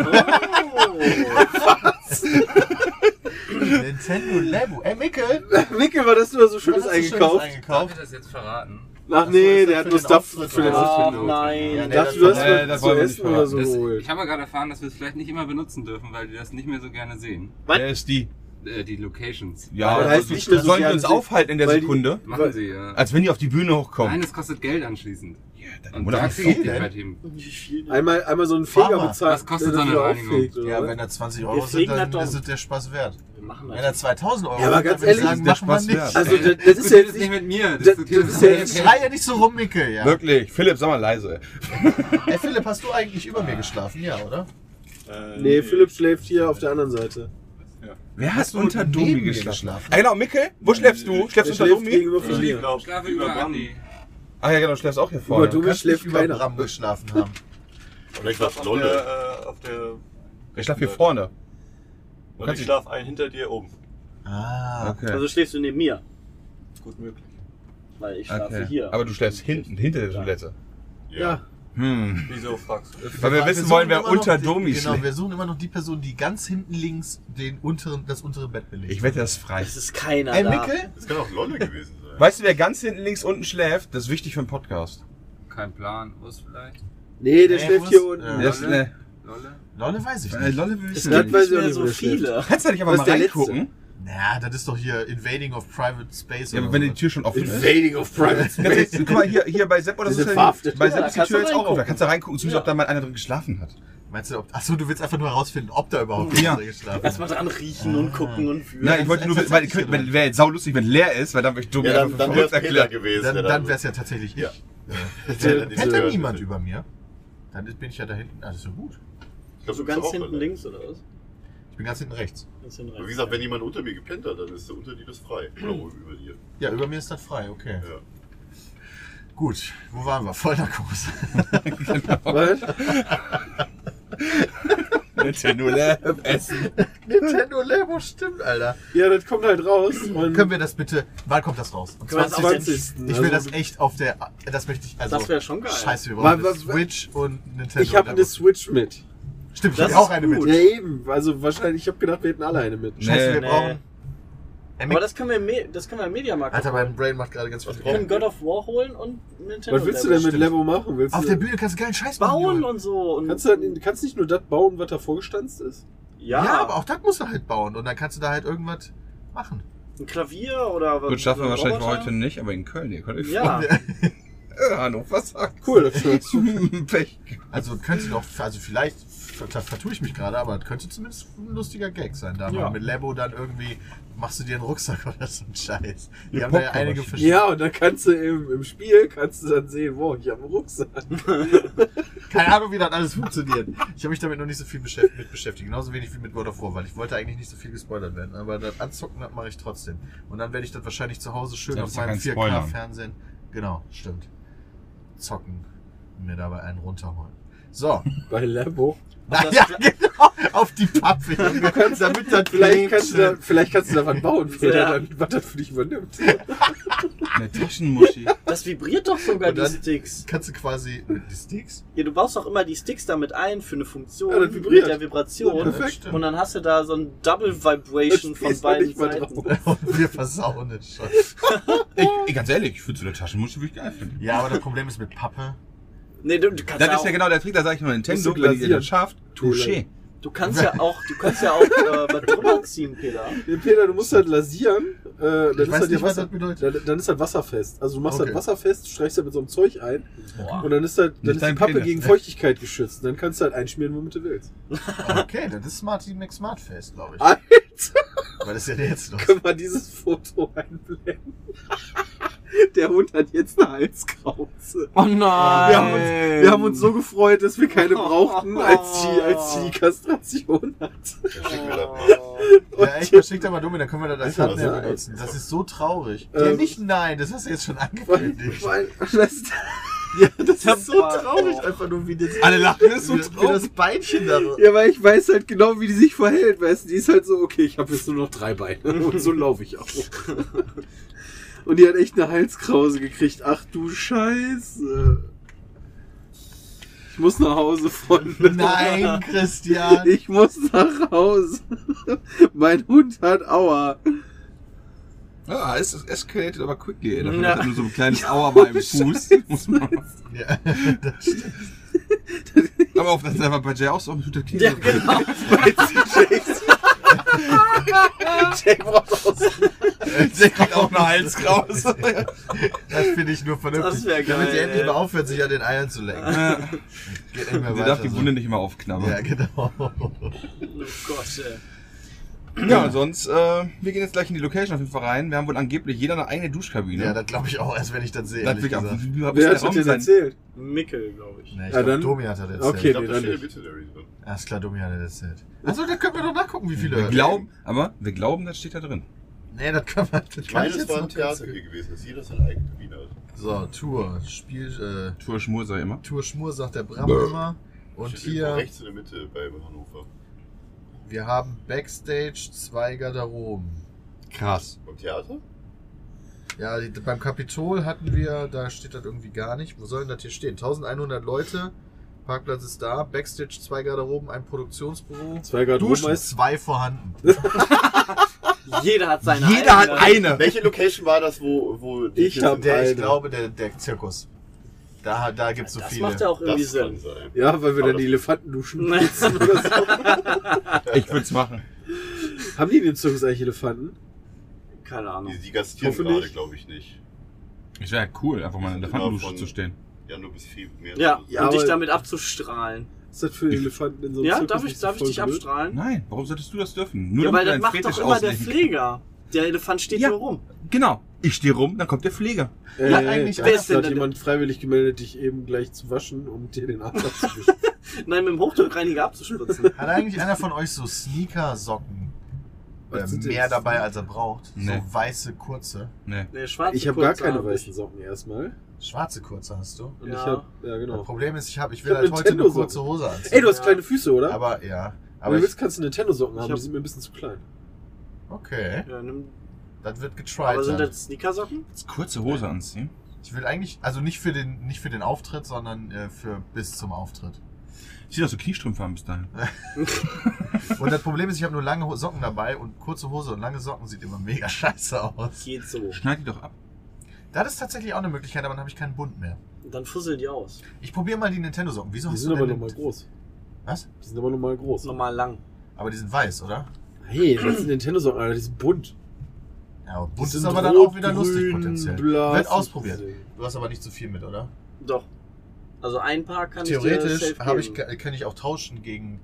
Oh.
Nintendo Labo. Ey, Mickel!
Mickel, war das nur so
was
schönes
hast du Schönes
eingekauft?
Darf ich
eingekauft?
das jetzt verraten?
Ach
so,
nee,
ist
der
das
hat
für
nur
den Auftritt
Stuff für den
oder was?
Auftritt.
Ah,
Ausfindung. Ja,
nein.
nee.
Dachte, du hast
Nee,
mir
das
zu
wollen wir nicht
essen oder so
Das,
geholt.
ich habe ja gerade erfahren, dass wir es vielleicht nicht immer benutzen dürfen, weil die das nicht mehr so gerne sehen.
Was?
Wer ist die?
Äh, die Locations.
Ja,
Aber das heißt
also,
nicht, dass
sollen
sie
wir
alle
uns
sind,
aufhalten in der
weil die-
Sekunde?
Machen sie, ja.
Als wenn die auf die Bühne
Nein,
hochkommen.
das kostet Geld anschließend.
dann
Und
wurde
da
auch
kriege ich
viel
die
Geld.
bei Themen.
Wie viel denn?
Einmal, einmal so einen Feger
Pharma.
bezahlt.
Was kostet
der
so eine
dafür
Reinigung?
auffegt, oder
Ja,
was?
wenn da 20
Wir
Euro sind,
fliegen
dann
nach
ist
Dortmund.
es der Spaß wert.
Wir machen
Wenn da
das.
2000 Euro
Ja, aber
sind,
ganz
dann würde ich
ehrlich,
sagen,
ist der
machen wir
Spaß
nicht.
wert.
also, das, das ist
Diskutiert
jetzt
es nicht
nicht
mit mir.
das-
diskutiert
das
es
ist ja
mit
jetzt-
mir.
Schrei ja nicht so rum, Mickel, ja.
Wirklich, Philipp, sag mal leise.
Ey, Philipp, hast du eigentlich über mir geschlafen? Ja, oder?
Äh,
Nee, Philipp schläft hier auf der anderen Seite.
Wer
Hast
hat
du
unter
neben
Domi
mir
geschlafen?
geschlafen?
Ah, genau, Mickel, wo schläfst du?
Der
Schläfst du unter
schläft
Domi?
gegenüber von
Ich
mir.
glaub,
Schlafe
über
über
Bandi.
Andi.
Ah ja, genau, du schläfst auch hier
Über
vorne.
Domi schläft
über
keiner.
Bram geschlafen haben.
Oder ich schlaf auf
Lolle.
der, äh, auf der
Ich schlaf hier vorne.
Und
Kannst
äh, ich schlaf einen hinter dir oben.
Ah,
Okay.
Also schläfst du neben mir,
Gut möglich.
weil ich schlafe
okay.
hier.
Aber du schläfst hinten, hinter der Toilette.
Ja.
Hm.
Wieso fragst du?
Weil wir wissen wollen, wer
suchen immer
unter
noch,
Domi
Genau,
schläft.
wir suchen immer noch die Person, die ganz hinten links den unteren, das untere Bett belegt.
Ich wette, das ist frei.
Es ist keiner
Ey,
da.
Mickel?
Das kann auch Lolle gewesen sein.
Weißt du, wer ganz hinten links unten schläft? Das ist wichtig für einen Podcast.
Kein Plan. Urs vielleicht?
Nee, der
Ey,
schläft
wo
hier
ist-
unten.
Ja.
Das, äh,
Lolle?
Lolle weiß ich
äh,
nicht.
Lolle will
Es
wissen.
gibt
Das weiß
nicht
ich auch
mehr
nicht,
so
wo der schläft.
viele.
Kannst du da nicht aber
Das
mal
ist der letzte.
reingucken?
Na, das ist doch hier Invading of Private Space.
Ja,
oder
aber wenn
so.
die Tür schon offen ist.
Invading of Private
Ganz ehrlich, Guck mal, hier, hier bei Sepp oder
Die
so.
sind
ist ja-
verhaftet.
Bei
Ja,
Sepp
da
ist die
kannst
Tür
du
jetzt auch offen. Da
reingucken.
kannst du reingucken, zumindest ob da mal einer drin geschlafen hat.
Meinst du, ob, achso, du willst einfach nur herausfinden, ob da überhaupt jemand
Ja.
drin geschlafen hat.
Erstmal dran riechen und gucken und fühlen.
Ah. Nein, ich wollte nur, weil,
tatsächlich
weil wäre jetzt saulustig, wenn leer ist, weil dann würde ich dumm
Ja, dann, dann wäre es Peter
erklärt.
gewesen.
Dann,
der
dann wäre es ja tatsächlich ich.
Ja.
Hätte
Ja.
hätte niemand über mir, dann bin ich ja da hinten. Alles so gut.
Ich glaub,
so
du bist
ganz
auch
hinten
Lolle.
links oder was?
Ich bin ganz hinten rechts.
Ganz hinten
Aber Wie
rechts.
gesagt, wenn jemand unter mir gepennt hat, dann ist der unter dir das frei. Oder oben über dir.
Ja, über mir ist das frei, okay.
Ja.
Gut, wo waren wir? Vollnarkose.
Was?
Nintendo Lab essen.
Nintendo Labo, stimmt, Alter.
Ja, das kommt halt raus. Und
Können wir das bitte, wann kommt das raus? Am
Können wir das auf
20.?
der-
Ich will das
Also,
echt auf der, das möchte ich, also.
Das wäre schon geil.
Scheiße, wir
Weil-
brauchen eine
weil-
Switch und Nintendo
ich habe
Labo.
eine Switch mit.
Stimmt, ich
Das
habe auch
ist
eine
gut.
Ja,
mit.
eben. Also wahrscheinlich, ich habe gedacht, wir hätten alle eine mit.
Scheiße, wir
Nee.
brauchen. Ey, Mick-
Aber das können wir im, Me das können wir im Mediamarkt.
Alter,
kaufen.
mein Brain macht gerade ganz viel.
wir können God of War holen und Nintendo.
Was willst du denn mit
Labo
Labo machen? Willst
Auf
du,
der Bühne kannst du geilen Scheiß machen.
bauen
Junge.
und so? Und
Kannst du halt, kannst nicht nur das bauen, was da vorgestanzt ist?
ja,
Ja, aber auch das musst du halt bauen und dann kannst du da halt irgendwas machen.
ein Klavier oder was?
Gut, schaffen wir
oder ein
wahrscheinlich
Roboter?
heute nicht, aber in Köln, ihr könnt euch
Ja,
freuen. Äh, Hannover sagt.
Cool, das gehört zu.
Pech.
Also könnte doch, also vielleicht ver- ver- vertue ich mich gerade, aber es könnte zumindest ein lustiger Gag sein. Da mal mit Labo dann irgendwie machst du dir einen Rucksack oder so einen Scheiß. Die
Eine
haben da ja
Popcornmaschine.
einige verschiedene.
Ja, und dann kannst du im, im Spiel, kannst du dann sehen, wow, ich habe einen Rucksack.
Keine Ahnung, wie das alles funktioniert. Ich habe mich damit noch nicht so viel beschäftigt, mit beschäftigt. Genauso wenig wie mit God of War, weil ich wollte eigentlich nicht so viel gespoilert werden. Aber das Anzocken, das mache ich trotzdem. Und dann werde ich das wahrscheinlich zu Hause schön
Da
auf
bist du
meinem
kein Spoiler.
4K-Fernsehen. Genau, stimmt. Zocken. Und mir dabei einen runterholen. So.
Bei Labo.
das-
ja, genau. Auf die Pappe. Junge, damit das
Vielleicht
klebt
kannst, du
schön.
da, vielleicht kannst du da was bauen, wenn
Ja.
er dann, was das für dich übernimmt.
Eine Taschenmuschi.
das vibriert doch sogar
Und dann-
die Sticks.
Kannst du quasi die Sticks?
Ja, du baust doch immer die Sticks damit ein für eine Funktion
Ja, das
mit
vibriert.
der Vibration.
Ja, perfekt.
Und dann hast du da so ein Double Vibration
Das
von
ist noch
beiden
nicht mal
Seiten.
drauf.
Und wir versauen es schon.
ich, ey, ganz ehrlich, ich würde so eine Taschenmuschi wirklich geil finden.
Ja, aber das Problem ist mit Pappe.
Nee, du, du kannst
Das ist
auch-
ja genau der Trick, da sage ich nur
Musst du
Nintendo, wenn ihr
glasieren.
das schafft, touché.
Du kannst ja auch, du kannst ja auch äh, was drüber ziehen, Peter.
Nee, Peter, du musst halt lasieren. Äh, dann, ist
weiß
halt
nicht,
nicht,
was
Wasser,
das bedeutet.
dann, dann ist halt wasserfest. Also du machst halt
Okay.
wasserfest, streichst halt mit so einem Zeug ein und dann ist halt
Nicht
dann ist die
dein
Pappe
Penis.
gegen Feuchtigkeit geschützt. Dann kannst du halt einschmieren, womit du willst.
Ah, Okay, das ist Martin Max Smart Fest, glaube ich.
Alter,
Weil das ist ja der jetzt los.
können wir dieses Foto einblenden? Der Hund hat jetzt eine Halskrause.
Oh nein!
Wir haben, uns, wir haben uns so gefreut, dass wir keine brauchten, als sie als die, die Kastration hat.
Schick mir das mal.
Ja, echt, das schickt doch mal dumm, dann können wir das als
Alter,
Thumbnail
nein.
benutzen. Das ist so traurig.
Ähm.
ja, nicht nein, das hast du jetzt schon
Weil,
angekündigt.
weil, das, ja, das ist so traurig.
einfach nur, wie das,
Alle lachen, das ist so
wie, wie
traurig.
das Beinchen da.
Ja, weil ich weiß halt genau, wie die sich verhält. Weißt du, die ist halt so, okay, ich habe jetzt nur noch drei Beine. Und so laufe ich auch. Und die hat echt eine Halskrause gekriegt. Ach du Scheiße. Ich muss nach Hause, Freunde.
Nein, Christian.
Ich muss nach Hause. Mein Hund hat Aua.
Ja, es ist escalated, aber quickly. ey.
Na.
Dafür hat nur so ein kleines Aua bei dem Fuß. Muss man.
Ja, das stimmt.
Aber auf das einfach bei Jay auch so. tut der Knie
Ja,
so-
genau.
Jay kriegt auch eine Halskrause.
das finde ich nur vernünftig.
Das wär geil,
Damit sie endlich
ey.
mal aufhört, sich an den Eiern zu lenken.
Sie
Geht nicht mehr
darf die
so.
Wunde nicht immer aufknabbern.
Ja, genau.
Oh Gott, ey.
Ja, und sonst, äh, wir gehen jetzt gleich in die Location auf jeden Fall rein. Wir haben wohl angeblich jeder eine eigene Duschkabine.
Ja, das glaube ich auch erst, wenn ich das sehe.
das
ehrlich
wird auch,
gesagt.
wie- wie- wie- wie-
Wer
der
hat das
Raum
denn
sein.
erzählt?
Mickel, glaube ich.
Nee, ich
Ja,
glaub,
dann-
Domi hat das erzählt.
Okay.
Ich glaube, da
dann
steht eine
nicht.
Literary drin.
Alles klar, Domi hat das erzählt. Achso, da können wir doch nachgucken, wie viele.
Wir glauben, aber wir glauben, das steht da drin.
Nee, das kann man. Das
Ich
kann
meine,
ich
es
jetzt
war
noch
ein Theater
kurz-
hier gewesen, dass jeder seine eigene Kabine hat.
So, Tour. Spiel,
Tour Schmur sei immer.
äh, Tour Schmur sagt der Bram
Bäh.
immer. Und
Steht irgendwo
hier,
rechts in der Mitte bei Hannover.
wir haben Backstage zwei Garderoben.
Krass.
Beim Theater?
Ja, die, beim Kapitol hatten wir, da steht das irgendwie gar nicht. Wo soll denn das hier stehen? 1100 Leute, Parkplatz ist da, Backstage zwei Garderoben, ein Produktionsbüro.
Zwei Garderoben
Duschen
heißt.
zwei vorhanden.
Jeder hat seine
Jeder hat
eigene.
eine.
Welche Location war das, wo, wo die
Ich
hier
hab-
sind?
Der,
Eine.
ich glaube, der, der Zirkus. Da, da gibt's so
Das
viele.
macht ja auch irgendwie
Das kann
Sinn.
sein.
Ja, weil wir
Aber
dann die Elefanten duschen.
Nee.
Ich würde es machen.
Haben die in dem Zirkus eigentlich Elefanten?
Keine
Die,
Ahnung.
die gastieren
Hoffe
gerade,
nicht.
glaube ich nicht.
Es wäre cool, einfach mal in der
Genau,
Elefantendusche
von-
zu stehen.
Ja, nur bis viel mehr.
Ja,
Ja,
und dich
aber-
damit abzustrahlen.
Was ist das für Elefanten in so einem
Ja,
Zirkus? ne?
darf ich,
nicht so
darf ich dich
voll blöd?
abstrahlen?
Nein, warum solltest du das dürfen? Ne? Nur
Ja, weil das
deinen
macht doch
Fetisch
immer der
auslegen
Pfleger. Der Elefant steht
Ja.
nur rum.
kannst. Genau. Ich stehe rum, dann kommt der Pfleger.
Äh,
Ja,
eigentlich
eigentlich
da
wer ist denn
hat
denn-
jemand freiwillig gemeldet, dich eben gleich zu waschen, um dir den Arm abzuwischen.
Nein, mit dem Hochdruckreiniger abzuspritzen.
Hat eigentlich einer von euch so Sneaker-Socken?
Was
Äh,
sind
mehr
das?
dabei als er braucht.
Nee.
So weiße kurze.
Nee.
Nee, schwarze
Ich habe gar
Kurzarme.
keine weißen Socken erstmal.
Schwarze kurze hast du.
Und
Ja.
ich habe, ja
Das
genau.
Problem ist, ich habe, ich
Ich
will
hab
halt heute eine
Nintendo-Socken.
kurze Hose anziehen.
Ey, du hast
Ja.
kleine Füße, oder? Aber,
aber ja.
Wenn
Aber
du
ich,
willst, kannst du Nintendo-Socken haben,
Ich hab-
die sind mir ein bisschen zu klein.
okay,
Ja, nimm,
das wird
aber
getried.
sind
dann.
das Sneakersocken?
Jetzt kurze Hose anziehen.
Ich will eigentlich, also nicht für den, nicht für den Auftritt, sondern äh, für bis zum Auftritt.
Ich sehe, dass du Kniestrümpfe haben bis dahin.
Und das Problem ist, ich habe nur lange Ho- Socken dabei und kurze Hose und lange Socken sieht immer mega scheiße aus.
Geht so.
Schneid die doch ab.
Das ist tatsächlich auch eine Möglichkeit, aber dann habe ich keinen Bund mehr.
Dann fusseln die aus.
Ich probiere mal die Nintendo-Socken. Wieso
Die
hast
sind
du
aber
denn
nochmal groß.
Was?
Die sind aber nochmal
Ist
groß.
normal lang.
Aber die sind weiß, oder?
Hey, das sind Nintendo-Socken, Alter, die sind bunt.
Ja, aber
Die
bunt
sind
ist aber dann
rot,
auch wieder lustig potenziell.
blau,
Wird ausprobiert.
so.
Du hast aber nicht zu viel mit, oder?
Doch. Also ein Paar kann ich dir
Theoretisch
safe
hab ich,
geben.
kann ich auch tauschen gegen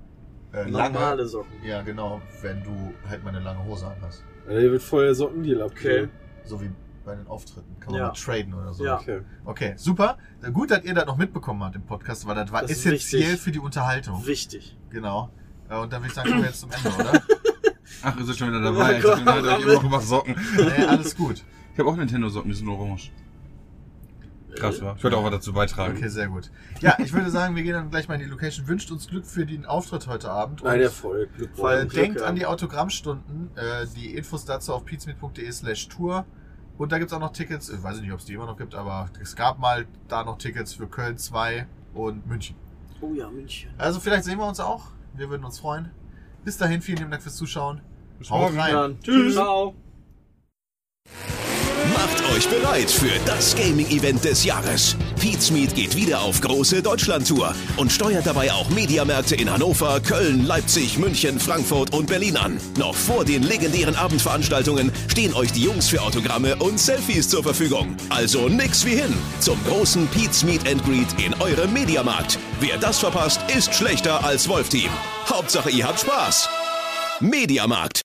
äh, lange.
normale Socken.
Ja, genau, wenn du halt mal eine lange Hose anhast.
Alter, hier wird voll der Sockendeal abgehen.
Okay.
So wie bei den Auftritten. Kann man
Ja.
mal traden oder so.
Ja.
Okay.
Okay, super. Gut, dass ihr das noch mitbekommen habt im Podcast, weil das war
Das ist
essentiell
wichtig.
für die Unterhaltung.
Wichtig.
Genau. Äh, Und dann würde ich sagen, kommen wir jetzt zum Ende, oder?
Ach, ist er schon wieder
Oh
dabei.
mein
ich dachte,
Gott,
nein, der hat
Rammel.
eben noch gemacht Socken.
nee, alles gut.
Ich habe auch Nintendo-Socken, die sind orange. Krass, war. Ich wollte auch was dazu beitragen.
Okay, sehr gut. Ja, ich würde sagen, wir gehen dann gleich mal in die Location. Wünscht uns Glück für den Auftritt heute Abend.
Ein
Und,
Erfolg. Glückwunsch.
äh,
Glück,
denkt
ja.
an die Autogrammstunden. Äh, die Infos dazu auf peatsmeet.de slash Tour. Und da gibt's auch noch Tickets. Ich weiß nicht, ob es die immer noch gibt, aber es gab mal da noch Tickets für Köln 2 und München.
Oh ja, München.
Also vielleicht sehen wir uns auch. Wir würden uns freuen. Bis dahin, vielen lieben Dank fürs Zuschauen.
Bis
Haut
morgen.
rein.
Dann. Tschüss. Ciao.
Macht euch bereit für das Gaming-Event des Jahres. Pete's Meet geht wieder auf große Deutschlandtour und steuert dabei auch Mediamärkte in Hannover, Köln, Leipzig, München, Frankfurt und Berlin an. Noch vor den legendären Abendveranstaltungen stehen euch die Jungs für Autogramme und Selfies zur Verfügung. Also nix wie hin zum großen Pete's Meet and Greet in eurem Mediamarkt. Wer das verpasst, ist schlechter als Wolf-Team. Hauptsache ihr habt Spaß. Mediamarkt.